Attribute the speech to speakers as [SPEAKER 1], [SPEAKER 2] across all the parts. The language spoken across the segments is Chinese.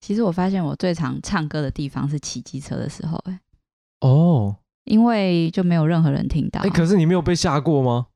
[SPEAKER 1] 其实我发现我最常唱歌的地方是骑机车的时候、欸，哎，
[SPEAKER 2] 哦，
[SPEAKER 1] 因为就没有任何人听到。
[SPEAKER 3] 啊
[SPEAKER 2] 哎、可是你没有被吓过 吗？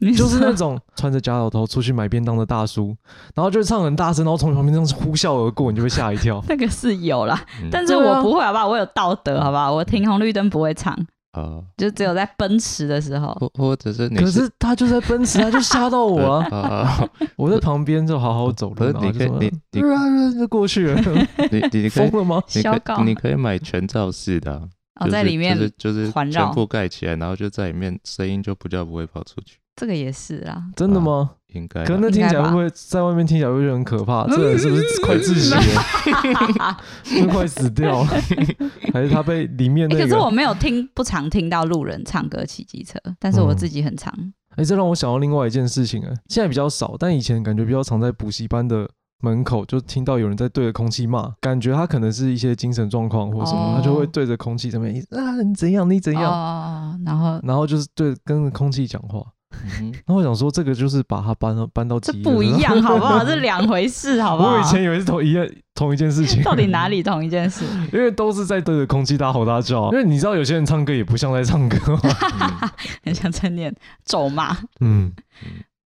[SPEAKER 1] 你
[SPEAKER 2] 就是
[SPEAKER 1] 说。
[SPEAKER 2] 那种穿着假脚头出去买便当的大叔，然后就唱很大声，然后从你旁边这样呼啸而过，你就被吓一跳
[SPEAKER 1] 那个是有啦，
[SPEAKER 3] 嗯
[SPEAKER 1] 但是
[SPEAKER 2] 对啊
[SPEAKER 1] 我不会，好不好？我有道德，好不好？我停红绿灯不会唱，
[SPEAKER 3] 啊，
[SPEAKER 1] 就只有在奔驰的时候。
[SPEAKER 3] 或或者是你
[SPEAKER 2] 可是他就在奔驰，他就吓到我 啊！
[SPEAKER 3] 啊，
[SPEAKER 2] 我在旁边就好好走
[SPEAKER 3] 可
[SPEAKER 2] 路，然后就
[SPEAKER 3] 是你可以
[SPEAKER 2] 说
[SPEAKER 3] 你你
[SPEAKER 2] 啊啊就过去 了，
[SPEAKER 3] 你你你可
[SPEAKER 2] 疯
[SPEAKER 3] 以
[SPEAKER 2] 了吗？
[SPEAKER 3] 你
[SPEAKER 1] 小
[SPEAKER 3] 可
[SPEAKER 1] 搞
[SPEAKER 3] 以你可以买全罩式的啊，
[SPEAKER 1] 哦，
[SPEAKER 3] 就是
[SPEAKER 1] 在里面、
[SPEAKER 3] 就是就是
[SPEAKER 1] 环绕
[SPEAKER 3] 全部盖起来，然后就在里面，声音就不叫不会跑出去，
[SPEAKER 1] 这个也是 啦，
[SPEAKER 2] 真的吗？
[SPEAKER 3] 应该啊
[SPEAKER 2] 可是那听起来会不会在外面听起来会觉得很可怕？这个人是不是快窒息 了？是不是快死掉了？ 还是他被里面
[SPEAKER 1] 欸
[SPEAKER 2] 那
[SPEAKER 1] 可是我
[SPEAKER 2] 个？
[SPEAKER 1] 没有听，不常听到路人唱歌骑机车，但是我
[SPEAKER 2] 嗯
[SPEAKER 1] 自己很常。
[SPEAKER 2] 哎，这让我想到另外一件事情哎，现在比较少，但以前感觉比较常在补习班的门口就听到有人在对着空气骂，感觉他可能是一些精神状况或什么
[SPEAKER 1] 哦，
[SPEAKER 2] 他就会对着空气这边一直啊你怎样你怎样，
[SPEAKER 1] 哦，然后
[SPEAKER 2] 然后就是对跟着空气讲话。
[SPEAKER 3] 嗯哼
[SPEAKER 2] 然后我想说，这个就是把它搬到搬到
[SPEAKER 1] 这
[SPEAKER 2] 极
[SPEAKER 1] 不
[SPEAKER 2] 了
[SPEAKER 1] 一 样，好不好？这两回事，好不好？
[SPEAKER 2] 我以前以为是同一件同一件事情，
[SPEAKER 1] 到底哪里同一件事？
[SPEAKER 2] 因为都是在对着空气大吼大叫啊。因为你知道有些人唱歌也不像在唱歌嘛，
[SPEAKER 3] 嗯
[SPEAKER 1] 很像在念咒骂。
[SPEAKER 2] 嗯，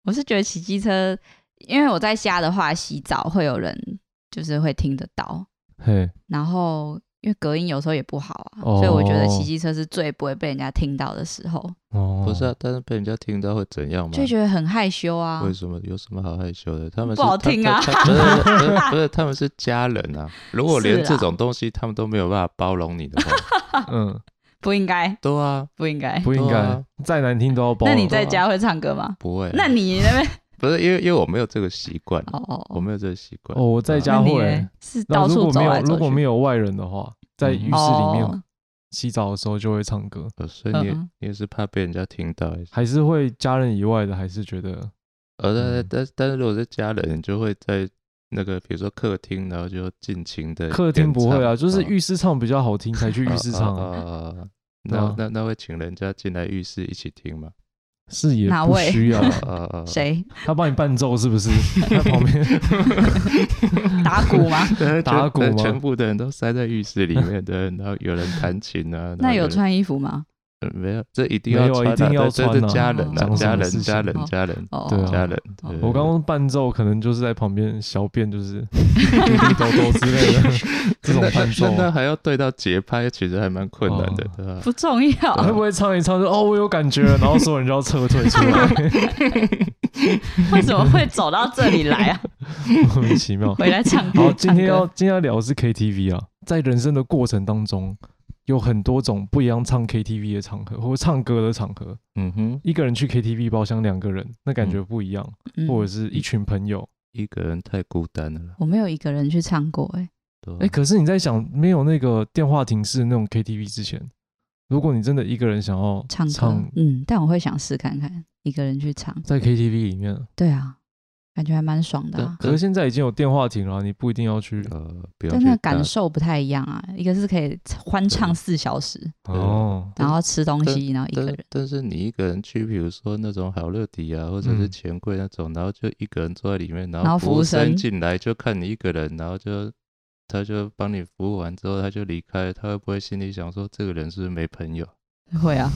[SPEAKER 1] 我是觉得骑机车，因为我在家的话，洗澡会有人就是会听得到，
[SPEAKER 2] 嘿，
[SPEAKER 1] 然后因为隔音有时候也不好啊，
[SPEAKER 2] 哦
[SPEAKER 1] 所以我觉得骑机车是最不会被人家听到的时候，
[SPEAKER 2] 哦，
[SPEAKER 3] 不是啊，但是被人家听到会怎样吗
[SPEAKER 1] 就？会觉得很害羞啊
[SPEAKER 3] 为。什么有什么好害羞的？他们
[SPEAKER 1] 不
[SPEAKER 3] 是
[SPEAKER 1] 好
[SPEAKER 3] 他
[SPEAKER 1] 听
[SPEAKER 3] 他
[SPEAKER 1] 啊
[SPEAKER 3] 他不是不是 不是，他们是家人啊。如果
[SPEAKER 1] 是
[SPEAKER 3] 连这
[SPEAKER 1] 啦
[SPEAKER 3] 种东西他们都没有办法包容你的 话，
[SPEAKER 2] 嗯，
[SPEAKER 1] 不应该，
[SPEAKER 3] 对啊，
[SPEAKER 1] 不应该。
[SPEAKER 2] 不应
[SPEAKER 3] 对
[SPEAKER 2] 该
[SPEAKER 3] 啊，
[SPEAKER 2] 再难听都要包
[SPEAKER 1] 那
[SPEAKER 2] 容。
[SPEAKER 1] 你在家会唱歌吗？
[SPEAKER 3] 不会啊。
[SPEAKER 1] 那你那 边
[SPEAKER 3] 不是因为因为我没有这个习惯，
[SPEAKER 1] 哦哦
[SPEAKER 3] 我
[SPEAKER 1] 哦，
[SPEAKER 3] 没有这个习惯啊
[SPEAKER 2] 哦，。我在家
[SPEAKER 1] 那你
[SPEAKER 2] 会
[SPEAKER 1] 嘞，是
[SPEAKER 2] 那
[SPEAKER 1] 到
[SPEAKER 2] 如
[SPEAKER 1] 处
[SPEAKER 2] 果
[SPEAKER 1] 走
[SPEAKER 2] 没有
[SPEAKER 1] 来走去。
[SPEAKER 2] 如果没有外人的话，在浴室里面
[SPEAKER 1] 哦
[SPEAKER 2] 洗澡的时候就会唱歌，
[SPEAKER 3] 呃所以你也
[SPEAKER 1] 嗯嗯
[SPEAKER 3] 你也是怕被人家听到欸，
[SPEAKER 2] 还是会家人以外的，还是觉得
[SPEAKER 3] 呃，
[SPEAKER 2] 嗯
[SPEAKER 3] 但但但是如果是家人，你就会在那个比如说客厅，然后就尽情的
[SPEAKER 2] 客厅不会啊，
[SPEAKER 3] 嗯
[SPEAKER 2] 就是浴室唱比较好听才去浴室唱啊，
[SPEAKER 3] 啊。
[SPEAKER 2] 对啊
[SPEAKER 3] 那那那会请人家进来浴室一起听吗？
[SPEAKER 2] 是也
[SPEAKER 1] 哪
[SPEAKER 2] 不
[SPEAKER 1] 位
[SPEAKER 2] 需 要啊，
[SPEAKER 3] 呃呃，
[SPEAKER 1] 谁
[SPEAKER 2] 他帮你伴奏是 不是？在旁边
[SPEAKER 1] 打鼓 吗？
[SPEAKER 3] 对
[SPEAKER 2] 打
[SPEAKER 3] 啊全
[SPEAKER 2] 鼓
[SPEAKER 3] 对
[SPEAKER 2] 吗
[SPEAKER 3] 全部的人都塞在浴室里面的，然后有人弹琴啊。然
[SPEAKER 1] 那
[SPEAKER 3] 后
[SPEAKER 1] 有
[SPEAKER 3] 人
[SPEAKER 1] 穿衣服吗？
[SPEAKER 3] 呃没有？这一定
[SPEAKER 2] 没
[SPEAKER 3] 要
[SPEAKER 2] 有
[SPEAKER 3] 穿啊，
[SPEAKER 2] 一定要
[SPEAKER 3] 这这
[SPEAKER 2] 穿啊
[SPEAKER 3] 是家人啊，
[SPEAKER 2] 讲什
[SPEAKER 3] 家
[SPEAKER 2] 么
[SPEAKER 3] 人
[SPEAKER 2] 事情
[SPEAKER 3] 家人
[SPEAKER 1] 哦
[SPEAKER 3] 家人
[SPEAKER 1] 哦，
[SPEAKER 2] 对啊
[SPEAKER 3] 家人。
[SPEAKER 1] 哦
[SPEAKER 3] 对
[SPEAKER 2] 我刚刚伴奏可能就是在旁边小便，就是 滴滴抖抖之类的 这种
[SPEAKER 3] 那
[SPEAKER 2] 伴奏
[SPEAKER 3] 那那
[SPEAKER 2] 啊。
[SPEAKER 3] 还要对到节拍，其实还蛮困难的
[SPEAKER 2] 哦，
[SPEAKER 3] 对吧？
[SPEAKER 1] 不重
[SPEAKER 2] 会
[SPEAKER 1] 要，
[SPEAKER 2] 不会唱一唱就哦，我有感觉了，然后所有人就要撤退出来，
[SPEAKER 1] 为什么会走到这里来 啊？
[SPEAKER 2] 莫名其妙。
[SPEAKER 1] 回来唱歌。
[SPEAKER 2] 好，今天要
[SPEAKER 1] 唱歌
[SPEAKER 2] 今天要聊的是 KTV 啊，在人生的过程当中，有很多种不一样唱 KTV 的场合，或者唱歌的场合。
[SPEAKER 3] 嗯哼，
[SPEAKER 2] 一个人去 KTV 包厢，两个人那感觉不一样，
[SPEAKER 1] 嗯
[SPEAKER 2] 或者是一群朋友。
[SPEAKER 3] 一个人太孤单了啦。
[SPEAKER 1] 我没有一个人去唱过，哎，
[SPEAKER 3] 对吧
[SPEAKER 2] 哎、可是你在想没有那个电话亭式那种 KTV 之前，如果你真的一个人想要
[SPEAKER 1] 唱歌
[SPEAKER 2] 唱，
[SPEAKER 1] 嗯，但我会想试看看一个人去唱，
[SPEAKER 2] 在 KTV 里面，
[SPEAKER 1] 对啊，感觉还蛮爽的啊。
[SPEAKER 2] 可是现在已经有电话亭了，你不一定要去
[SPEAKER 3] 呃，不要
[SPEAKER 1] 但
[SPEAKER 3] 去
[SPEAKER 1] 那个
[SPEAKER 3] 打
[SPEAKER 1] 感受不太一样啊，一个是可以欢唱四小时，
[SPEAKER 2] 哦。
[SPEAKER 1] 然后吃东西，然后一个
[SPEAKER 3] 但
[SPEAKER 1] 人
[SPEAKER 3] 是，但是你一个人去，比如说那种好乐迪啊，或者是
[SPEAKER 2] 嗯
[SPEAKER 3] 钱柜那种，然后就一个人坐在里面，然
[SPEAKER 1] 然后
[SPEAKER 3] 后
[SPEAKER 1] 服务
[SPEAKER 3] 务
[SPEAKER 1] 生
[SPEAKER 3] 生进来就看你一个人，然后就他就帮你服务完之后他就离开，他会不会心里想说这个人是不是没朋友？
[SPEAKER 1] 会 啊，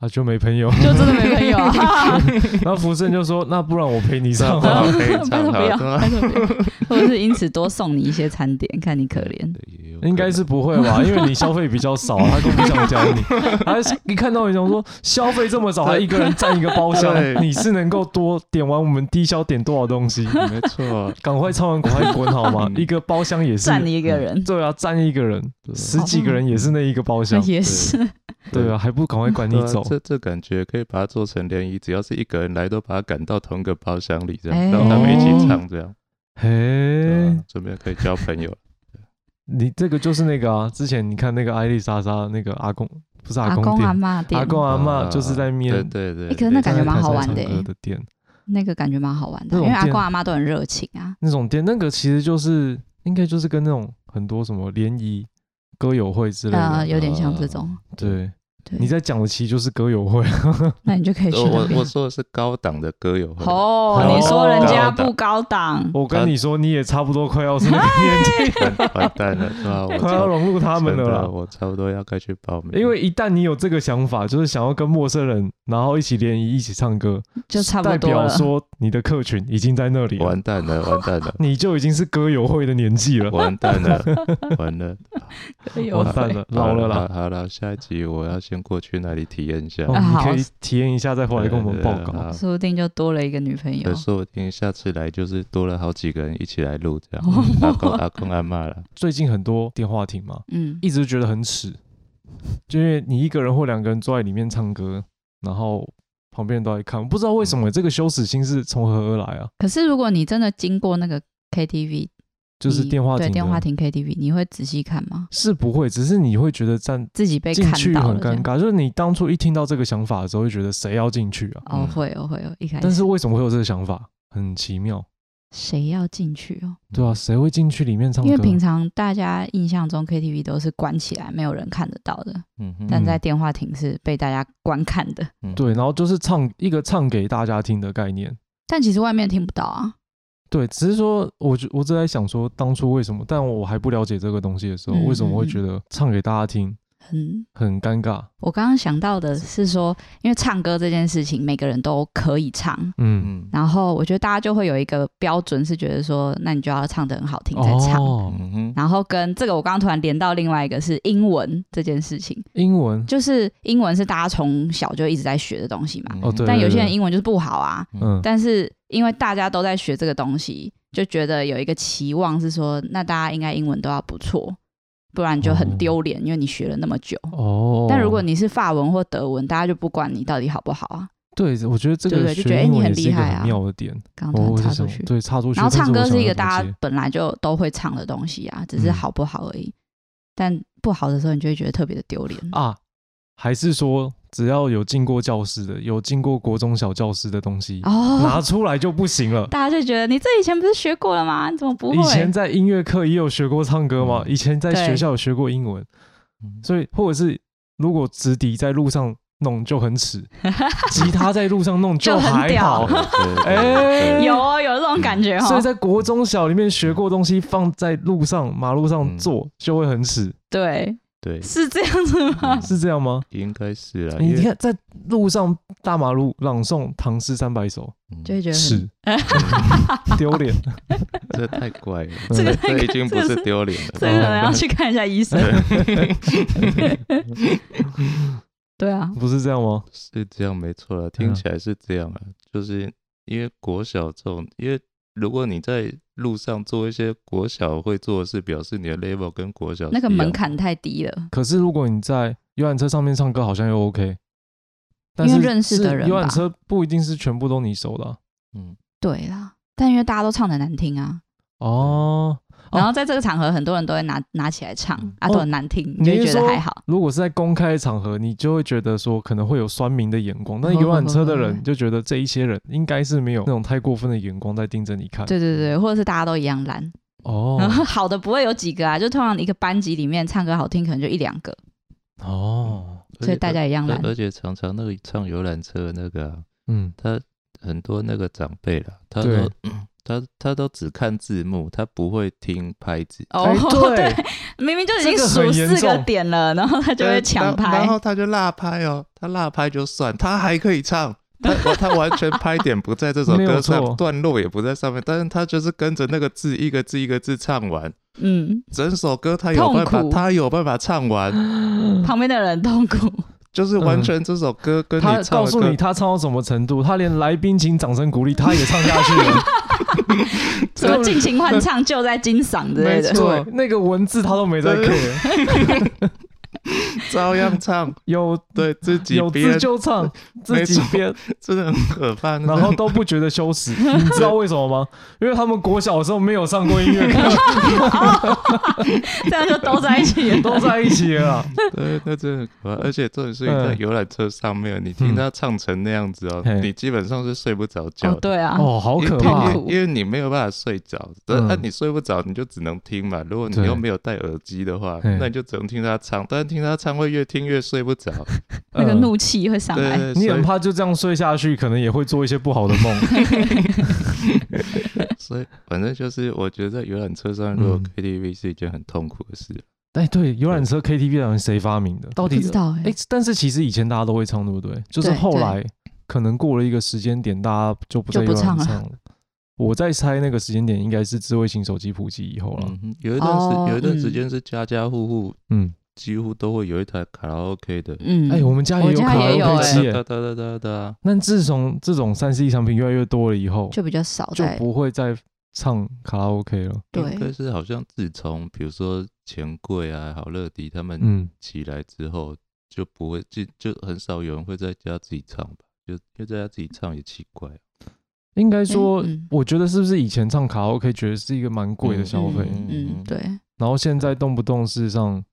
[SPEAKER 2] 啊，就没 朋友。
[SPEAKER 1] 就真的没朋友 啊。
[SPEAKER 2] 然后福生就说：“那不然我陪 你上啊吧。
[SPEAKER 3] 那 好可以
[SPEAKER 1] 拜
[SPEAKER 3] 唱
[SPEAKER 1] 托不
[SPEAKER 3] 好
[SPEAKER 1] 要，
[SPEAKER 3] 对啊
[SPEAKER 1] 拜托不要， 或者是因此多送你一些餐点，看你可怜。
[SPEAKER 3] 对 也有”可
[SPEAKER 2] 应该是不会吧，因为你消费比较少、啊，他更不想教你。他一看到你想说消费这么少，还一个人占一个包厢，
[SPEAKER 3] 对
[SPEAKER 2] 你是能够多点完我们低消点多少东西？
[SPEAKER 3] 能没 错，
[SPEAKER 2] 赶快唱完，赶快滚好吗？
[SPEAKER 3] 嗯
[SPEAKER 2] 一个包厢也是，
[SPEAKER 1] 占一个人，
[SPEAKER 2] 对啊，占一个人，
[SPEAKER 3] 对啊
[SPEAKER 2] 十几个人也是那一个包厢，
[SPEAKER 1] 也是
[SPEAKER 2] 对啊，还不赶快管你
[SPEAKER 3] 对啊
[SPEAKER 2] 走？
[SPEAKER 3] 这这感觉可以把它做成联谊，只要是一个人来，都把他赶到同一个包厢里，这
[SPEAKER 1] 哎
[SPEAKER 3] 样让他们一起唱，这样，对
[SPEAKER 2] 嘿
[SPEAKER 3] 啊，顺便可以交朋友。
[SPEAKER 2] 你这个就是那个啊，之前你看那个艾丽莎莎那个阿公，不是
[SPEAKER 1] 阿
[SPEAKER 2] 公
[SPEAKER 1] 公阿
[SPEAKER 2] 店，
[SPEAKER 1] 妈
[SPEAKER 2] 阿
[SPEAKER 1] 店，
[SPEAKER 2] 公阿妈就是在面
[SPEAKER 3] 对对对，
[SPEAKER 1] 欸可是那感觉
[SPEAKER 2] 在
[SPEAKER 1] 蛮
[SPEAKER 2] 台
[SPEAKER 1] 好
[SPEAKER 2] 上
[SPEAKER 1] 玩
[SPEAKER 2] 唱
[SPEAKER 1] 的
[SPEAKER 2] 歌
[SPEAKER 1] 欸
[SPEAKER 2] 的店，
[SPEAKER 1] 那个感觉蛮好玩的，
[SPEAKER 2] 那
[SPEAKER 1] 因
[SPEAKER 2] 种
[SPEAKER 1] 为阿
[SPEAKER 2] 店
[SPEAKER 1] 公阿妈都很热情啊。
[SPEAKER 2] 那种店，那个其实就是应该就是跟那种很多什么联谊歌友会之类的，啊
[SPEAKER 1] 呃，有点像这种，
[SPEAKER 2] 对，
[SPEAKER 1] 啊对，
[SPEAKER 2] 你在讲的其实就是歌友 会，
[SPEAKER 1] 那你就可以去
[SPEAKER 3] 我
[SPEAKER 1] 那
[SPEAKER 3] 我
[SPEAKER 1] 边
[SPEAKER 3] 我。说的是高档的歌友会，
[SPEAKER 1] 哦，你说人家不高档，
[SPEAKER 2] 我跟你说，你也差不多快要是那个
[SPEAKER 1] 哎
[SPEAKER 2] 年纪，
[SPEAKER 3] 完完蛋了，对 吧？我
[SPEAKER 2] 快要
[SPEAKER 3] 差
[SPEAKER 2] 融入他们
[SPEAKER 3] 真
[SPEAKER 2] 了
[SPEAKER 3] 的
[SPEAKER 2] 啦。
[SPEAKER 3] 我差不多要该去报名，
[SPEAKER 2] 因为一旦你有这个想法，就是想要跟陌生人，然后一起联谊、一起唱歌，
[SPEAKER 1] 就差不
[SPEAKER 2] 代
[SPEAKER 1] 多
[SPEAKER 2] 表
[SPEAKER 1] 了。
[SPEAKER 2] 说你的客群已经在那里了，，
[SPEAKER 3] 完蛋了，完蛋了
[SPEAKER 2] 你就已经是歌友会的年纪了，
[SPEAKER 3] 完蛋了，完了，
[SPEAKER 1] 有
[SPEAKER 2] 完蛋了，老了啦。
[SPEAKER 3] 好好了，下一集我要先过去那里体验一下
[SPEAKER 2] 哦，，
[SPEAKER 1] 啊
[SPEAKER 2] 你
[SPEAKER 1] 好
[SPEAKER 2] 可以体验一下，再回来跟我们报
[SPEAKER 3] 对
[SPEAKER 2] 告。。
[SPEAKER 1] 说不定就多了一个女朋友
[SPEAKER 3] 可。是我听下次来就是多了好几个人一起来录这样
[SPEAKER 1] 哦，
[SPEAKER 3] 阿公阿公阿妈了，
[SPEAKER 2] 最近很多电话亭嘛，
[SPEAKER 1] 嗯，
[SPEAKER 2] 一直觉得很耻，就因为你一个人或两个人坐在里面唱歌，然后旁边人都在看，我不知道为什么这个羞耻心是从何而来啊？
[SPEAKER 1] 可是如果你真的经过那个 KTV，
[SPEAKER 2] 就是
[SPEAKER 1] 你
[SPEAKER 2] 电话亭
[SPEAKER 1] 对
[SPEAKER 2] 的，
[SPEAKER 1] 电话亭 KTV，你会仔细看吗？
[SPEAKER 2] 是不会，只是你会觉得站
[SPEAKER 1] 自己被
[SPEAKER 2] 进
[SPEAKER 1] 看
[SPEAKER 2] 去
[SPEAKER 1] 到
[SPEAKER 2] 很
[SPEAKER 1] 了这
[SPEAKER 2] 尴
[SPEAKER 1] 样。
[SPEAKER 2] 尬，就是你当初一听到这个想法的时候，会觉得谁要进去啊？
[SPEAKER 1] 哦
[SPEAKER 3] 嗯，
[SPEAKER 1] 会哦，会哦，一开
[SPEAKER 2] 但
[SPEAKER 1] 始
[SPEAKER 2] 是为什么会有这个想法？很奇妙，
[SPEAKER 1] 谁要进去哦？
[SPEAKER 2] 对啊，谁会进去里面唱歌？
[SPEAKER 1] 因为平常大家印象中 KTV 都是关起来，没有人看得到的，
[SPEAKER 3] 嗯哼，
[SPEAKER 1] 但在电话亭是被大家观看的。
[SPEAKER 3] 嗯，
[SPEAKER 2] 对，然后就是唱一个唱给大家听的概念。
[SPEAKER 1] 但其实外面听不到啊。
[SPEAKER 2] 对，只是说，我就我只在想说，当初为什么？但我还不了解这个东西的时候，
[SPEAKER 1] 嗯
[SPEAKER 2] 为什么会觉得唱给大家听
[SPEAKER 1] 嗯，
[SPEAKER 2] 很尴尬？
[SPEAKER 1] 我刚刚想到的是说，因为唱歌这件事情，每个人都可以唱。
[SPEAKER 2] 嗯，
[SPEAKER 3] 嗯
[SPEAKER 1] 然后我觉得大家就会有一个标准，是觉得说，那你就要唱得很好听再唱。
[SPEAKER 2] 哦，
[SPEAKER 3] 嗯哼，
[SPEAKER 1] 然后跟这个我刚刚突然连到另外一个是英文这件事情，
[SPEAKER 2] 英文
[SPEAKER 1] 就是英文是大家从小就一直在学的东西嘛。
[SPEAKER 3] 嗯
[SPEAKER 2] 哦，对，
[SPEAKER 1] 但有些人
[SPEAKER 2] 对
[SPEAKER 1] 英文就是不好啊，
[SPEAKER 2] 对嗯，
[SPEAKER 1] 但是因为大家都在学这个东西，就觉得有一个期望是说，那大家应该英文都要不错，不然就
[SPEAKER 2] 哦
[SPEAKER 1] 很丢脸，因为你学了那么久。
[SPEAKER 2] 哦，
[SPEAKER 1] 但如果你是法文或德文，大家就不管你到底好不好啊。
[SPEAKER 2] 对，我觉得这
[SPEAKER 1] 对
[SPEAKER 2] 个
[SPEAKER 1] 对就觉
[SPEAKER 2] 学
[SPEAKER 1] 得
[SPEAKER 2] 英
[SPEAKER 1] 哎你
[SPEAKER 2] 文
[SPEAKER 1] 很
[SPEAKER 2] 也是一
[SPEAKER 1] 厉
[SPEAKER 2] 个
[SPEAKER 1] 害
[SPEAKER 2] 很
[SPEAKER 1] 啊
[SPEAKER 2] 妙的点。
[SPEAKER 1] 刚
[SPEAKER 2] 哦，
[SPEAKER 1] 刚
[SPEAKER 2] 我
[SPEAKER 1] 插
[SPEAKER 2] 是
[SPEAKER 1] 出
[SPEAKER 2] 想
[SPEAKER 1] 去，
[SPEAKER 2] 对插出去，
[SPEAKER 1] 然后唱歌
[SPEAKER 2] 这
[SPEAKER 1] 是一个
[SPEAKER 2] 我想
[SPEAKER 1] 大
[SPEAKER 2] 要的
[SPEAKER 1] 家
[SPEAKER 2] 东
[SPEAKER 1] 本来就都会唱的东西啊，只是
[SPEAKER 2] 嗯
[SPEAKER 1] 好不好而已。但不好的时候，你就会觉得特别的丢脸
[SPEAKER 2] 西。啊，还是说只要有进过教室的，有进过国中小教室的东西，拿
[SPEAKER 1] 哦，
[SPEAKER 2] 出来就不行了。
[SPEAKER 1] 大家就觉得你这以前不是学过了吗？你怎么 不
[SPEAKER 2] 以前
[SPEAKER 1] 会？
[SPEAKER 2] 在音乐课也有学过唱歌嘛，
[SPEAKER 3] 嗯
[SPEAKER 2] 以前在学
[SPEAKER 1] 对
[SPEAKER 2] 校有学过英文，
[SPEAKER 3] 嗯
[SPEAKER 2] 所以或者是如果直笛在路上弄就很 耻，吉他在路上弄
[SPEAKER 1] 就很
[SPEAKER 2] 还
[SPEAKER 1] 屌
[SPEAKER 2] 好。
[SPEAKER 3] 对对
[SPEAKER 2] 哎
[SPEAKER 3] 对
[SPEAKER 1] 有哦，有这种感觉
[SPEAKER 2] 所
[SPEAKER 1] 哦。
[SPEAKER 2] 以在国中小里面学过东西，放在路上、马路上
[SPEAKER 3] 嗯
[SPEAKER 2] 做就会很耻，
[SPEAKER 1] 对，
[SPEAKER 3] 对，
[SPEAKER 1] 是这样子吗？
[SPEAKER 3] 嗯
[SPEAKER 2] 是这样吗？
[SPEAKER 3] 应该是啦，
[SPEAKER 2] 你
[SPEAKER 3] 呃因为
[SPEAKER 2] 你看，在路上大马路朗诵《唐诗三百首
[SPEAKER 3] 嗯
[SPEAKER 1] 就会觉》得很
[SPEAKER 2] 耻，丢脸。
[SPEAKER 3] 这太怪了，
[SPEAKER 2] 这个
[SPEAKER 3] 这已经不是丢脸
[SPEAKER 1] 这
[SPEAKER 3] 了。嗯
[SPEAKER 1] 个可能要去看一下医 生。对啊，
[SPEAKER 2] 不是这样吗？
[SPEAKER 3] 是这样没错
[SPEAKER 1] 嗯
[SPEAKER 2] 对
[SPEAKER 3] 啦，
[SPEAKER 2] 啊
[SPEAKER 3] 听起来是这样啊，就是因为国小这种，因为如果你在路上做一些国小会做的事，表示你的 level 跟国小
[SPEAKER 1] 嗯那个
[SPEAKER 3] 是一样
[SPEAKER 1] 门槛太低了。
[SPEAKER 2] 可是如果你在游览车上面唱歌，好像又 OK。但
[SPEAKER 1] 因
[SPEAKER 2] 是
[SPEAKER 1] 为认识的人
[SPEAKER 2] 是游览
[SPEAKER 1] 吧
[SPEAKER 2] 车不一定是全部都你熟的啊、
[SPEAKER 3] 嗯，
[SPEAKER 1] 对啦，但因为大家都唱的难听啊，
[SPEAKER 2] 哦。
[SPEAKER 1] 然后在这个场合，很多人都会拿拿起来唱
[SPEAKER 3] 嗯
[SPEAKER 1] 啊，
[SPEAKER 2] 哦
[SPEAKER 1] 都很难听，
[SPEAKER 2] 你
[SPEAKER 1] 你就是会觉得
[SPEAKER 2] 说
[SPEAKER 1] 还好。
[SPEAKER 2] 如果是在公开的场合，你就会觉得说可能会有酸民的眼光， 但
[SPEAKER 1] 不
[SPEAKER 2] 游览车的
[SPEAKER 1] 不不
[SPEAKER 2] 人
[SPEAKER 1] 不
[SPEAKER 2] 就觉得这一些人应该是没有那种太过分的眼光在盯着你看。
[SPEAKER 1] 对对对，或者是大家都一样烂，
[SPEAKER 2] 哦
[SPEAKER 1] 然后好的不会有几个啊，就通常一个班级里面唱歌好听可能就一两个，
[SPEAKER 2] 哦，
[SPEAKER 3] 而
[SPEAKER 1] 所
[SPEAKER 3] 且
[SPEAKER 1] 以大家一样烂
[SPEAKER 3] 而。而且常常那个唱游览车的那个啊，
[SPEAKER 2] 嗯，
[SPEAKER 3] 他很多那个长辈啦，他
[SPEAKER 2] 对
[SPEAKER 3] 都 他他都只看字幕，他不会听拍子。
[SPEAKER 1] 哦
[SPEAKER 2] 哎，对，
[SPEAKER 1] 明明就已经
[SPEAKER 2] 这个
[SPEAKER 1] 数
[SPEAKER 2] 很严
[SPEAKER 1] 四个
[SPEAKER 2] 重
[SPEAKER 1] 点了， 然后他就会抢
[SPEAKER 3] 然后
[SPEAKER 1] 拍
[SPEAKER 3] 然。后他就落拍哦，他落拍就算，他还可以唱，他他完全拍点不在这首
[SPEAKER 2] 没有
[SPEAKER 3] 歌上
[SPEAKER 2] 错，
[SPEAKER 3] 段落也不在上面，但是他就是跟着那个字一个字一个字唱完，
[SPEAKER 1] 嗯，
[SPEAKER 3] 整首歌他有
[SPEAKER 1] 痛
[SPEAKER 3] 办法，
[SPEAKER 1] 苦
[SPEAKER 3] 他有办法唱完，
[SPEAKER 2] 嗯
[SPEAKER 1] 旁边的人痛 苦。
[SPEAKER 3] 就是完全这首歌跟你
[SPEAKER 2] 他
[SPEAKER 3] 唱
[SPEAKER 2] 告
[SPEAKER 3] 的
[SPEAKER 2] 诉
[SPEAKER 3] 歌
[SPEAKER 2] 你，他唱到什么程度，他连来宾请掌声鼓励他也唱下去 了。
[SPEAKER 1] 什么尽情欢唱就在金嗓之类
[SPEAKER 3] 没
[SPEAKER 1] 的。
[SPEAKER 3] 错，
[SPEAKER 2] 那个文字他都没在
[SPEAKER 3] 对
[SPEAKER 2] care，
[SPEAKER 3] 照样唱，
[SPEAKER 2] 有
[SPEAKER 3] 对自己
[SPEAKER 2] 有
[SPEAKER 3] 编
[SPEAKER 2] 字，就唱，自己
[SPEAKER 3] 没错
[SPEAKER 2] 编，
[SPEAKER 3] 真的很可怕。
[SPEAKER 2] 然后都不觉得羞 耻。你知道为什么吗？因为他们国小的时候没有上过音乐 课，
[SPEAKER 1] 这样就都在一起了。
[SPEAKER 2] 都在一起了啊。
[SPEAKER 3] 对，那真的很可怕。而且这种事情
[SPEAKER 2] 嗯
[SPEAKER 3] 在游览车上面，你听他唱成那样子哦，
[SPEAKER 2] 嘿
[SPEAKER 3] 你基本上是睡不着觉
[SPEAKER 1] 哦，
[SPEAKER 3] 的。
[SPEAKER 1] 对啊，
[SPEAKER 2] 哦，好可
[SPEAKER 1] 痛
[SPEAKER 2] 怕
[SPEAKER 3] 因
[SPEAKER 1] 苦
[SPEAKER 2] 哦！
[SPEAKER 3] 为因为你没有办法睡着，啊那、
[SPEAKER 2] 嗯
[SPEAKER 3] 那你睡不着，你就只能听嘛。如果你
[SPEAKER 2] 对
[SPEAKER 3] 又没有戴耳机的话，
[SPEAKER 2] 嗯
[SPEAKER 3] 那你就只能听他唱。但是听听他唱会越听越睡不着，
[SPEAKER 1] 那个
[SPEAKER 2] 呃
[SPEAKER 1] 怒气会上
[SPEAKER 3] 对
[SPEAKER 1] 来。
[SPEAKER 3] 对，
[SPEAKER 2] 你
[SPEAKER 3] 所
[SPEAKER 2] 很
[SPEAKER 3] 以
[SPEAKER 2] 怕就这样睡下去，可能也会做一些不好的梦。
[SPEAKER 3] 所以反正就是我觉得游览车上如果
[SPEAKER 2] 嗯
[SPEAKER 3] KTV 是一件很痛苦的事，
[SPEAKER 2] 哎，对，游览车 KTV 到底谁发明的？到
[SPEAKER 1] 不
[SPEAKER 2] 底
[SPEAKER 1] 知道哎、
[SPEAKER 2] 哎，但是其实以前大家都会唱，对不对？就是
[SPEAKER 1] 对
[SPEAKER 2] 后
[SPEAKER 1] 对
[SPEAKER 2] 来可能过了一个时间点，大家就不
[SPEAKER 1] 就
[SPEAKER 2] 再
[SPEAKER 1] 不
[SPEAKER 2] 游览
[SPEAKER 1] 唱了
[SPEAKER 2] 唱了。我在猜那个时间点应该是智慧型手机普及以后了。
[SPEAKER 3] 嗯哼，有一段时、
[SPEAKER 1] 哦
[SPEAKER 3] 有一段时
[SPEAKER 1] 嗯
[SPEAKER 3] 间是家家户户
[SPEAKER 2] 嗯，
[SPEAKER 3] 几乎都会有一台卡拉 OK 的，
[SPEAKER 1] 嗯，
[SPEAKER 2] 哎，我们家
[SPEAKER 1] 我
[SPEAKER 2] 也有
[SPEAKER 1] 家
[SPEAKER 2] 卡
[SPEAKER 1] 也有
[SPEAKER 2] 拉 OK
[SPEAKER 1] 哎
[SPEAKER 2] 机耶
[SPEAKER 3] 哒。哒哒哒哒，
[SPEAKER 2] 那自从这种三 C 产品越来越多了以后，
[SPEAKER 1] 就比较少
[SPEAKER 2] 就
[SPEAKER 1] 在
[SPEAKER 2] 不会再唱卡拉 OK 了。
[SPEAKER 3] 应该
[SPEAKER 1] 对，
[SPEAKER 3] 是好像自从比如说钱柜啊、好乐迪他们
[SPEAKER 2] 嗯，
[SPEAKER 3] 起来之后，就不会就就很少有人会在家自己唱吧，就因为在家自己唱也奇怪，
[SPEAKER 2] 应该说
[SPEAKER 1] 嗯嗯，
[SPEAKER 2] 我觉得是不是以前唱卡拉 OK 觉得是一个蛮贵的消费，
[SPEAKER 1] 嗯嗯，对，
[SPEAKER 2] 然后现在动不动事实上嗯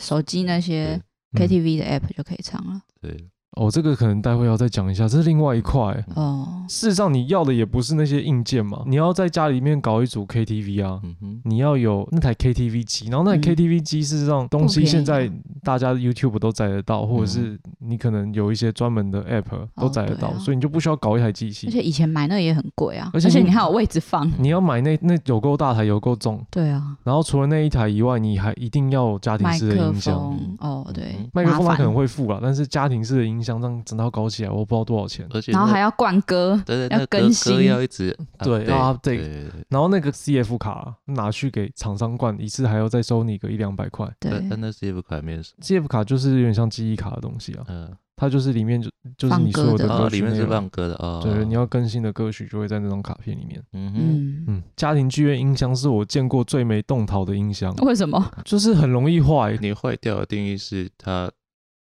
[SPEAKER 1] 手机那些
[SPEAKER 3] 对
[SPEAKER 1] KTV 的 app 就可以唱了。
[SPEAKER 3] 对，
[SPEAKER 2] 哦，这个可能待会要再讲一下，这是另外一块。
[SPEAKER 3] 嗯
[SPEAKER 1] 哦，
[SPEAKER 2] 事实上，你要的也不是那些硬件嘛，你要在家里面搞一组 KTV 啊，
[SPEAKER 3] 嗯哼，
[SPEAKER 2] 你要有那台 KTV 机，然后那
[SPEAKER 1] 嗯
[SPEAKER 2] 台 KTV 机事实上东
[SPEAKER 1] 不便
[SPEAKER 2] 西
[SPEAKER 1] 宜
[SPEAKER 2] 现在
[SPEAKER 1] 啊嗯
[SPEAKER 2] 大家 YouTube 都载得到，或者是你可能有一些专门的 App 都载得
[SPEAKER 1] 对
[SPEAKER 2] 到，
[SPEAKER 1] 啊
[SPEAKER 2] 所以你就不需要搞一台机器
[SPEAKER 1] 而。且以前买那个也很贵啊，
[SPEAKER 2] 而
[SPEAKER 1] 而
[SPEAKER 2] 且
[SPEAKER 1] 且
[SPEAKER 2] 你嗯
[SPEAKER 1] 你还有位置放。
[SPEAKER 2] 你要买那那有够大台，有够重，
[SPEAKER 1] 对啊，
[SPEAKER 2] 然后除了那一台以外，你还一定要有家庭
[SPEAKER 1] 麦
[SPEAKER 2] 式的
[SPEAKER 1] 克
[SPEAKER 2] 音响。
[SPEAKER 1] 风哦，对
[SPEAKER 3] 嗯，
[SPEAKER 2] 麦克风
[SPEAKER 1] 麻
[SPEAKER 2] 它
[SPEAKER 1] 烦
[SPEAKER 2] 可能会付啦，但是家庭式的音箱这样整套搞起来，我不知道多少钱。
[SPEAKER 3] 而且
[SPEAKER 1] 然后
[SPEAKER 3] 那
[SPEAKER 1] 还要灌歌，
[SPEAKER 3] 对对，
[SPEAKER 1] 要
[SPEAKER 3] 那歌
[SPEAKER 1] 更
[SPEAKER 3] 歌
[SPEAKER 1] 新
[SPEAKER 3] 要一直
[SPEAKER 2] 对
[SPEAKER 3] update，
[SPEAKER 2] 要 update
[SPEAKER 3] 对对对
[SPEAKER 2] 然后那个 CF 卡拿去给厂商灌，一次还要再收你个一两百块。
[SPEAKER 1] 对，
[SPEAKER 3] 但但那 CF 卡里面是
[SPEAKER 2] CF 卡就是有点像记忆卡的东西啊，
[SPEAKER 3] 嗯，
[SPEAKER 2] 它就是里面就就是
[SPEAKER 1] 放
[SPEAKER 2] 你所有
[SPEAKER 1] 歌的
[SPEAKER 2] 歌
[SPEAKER 3] 哦，
[SPEAKER 2] 曲
[SPEAKER 3] 里面
[SPEAKER 2] 内
[SPEAKER 3] 是
[SPEAKER 2] 容，
[SPEAKER 3] 放歌的哦，
[SPEAKER 2] 对，你要更新的歌曲就会在那张卡片里面。
[SPEAKER 3] 嗯哼，
[SPEAKER 1] 嗯，
[SPEAKER 2] 嗯，家庭剧院音箱是我见过最没动淘的音箱，啊
[SPEAKER 1] 为什么？
[SPEAKER 2] 就是很容易坏。
[SPEAKER 3] 哎你坏掉的定义是它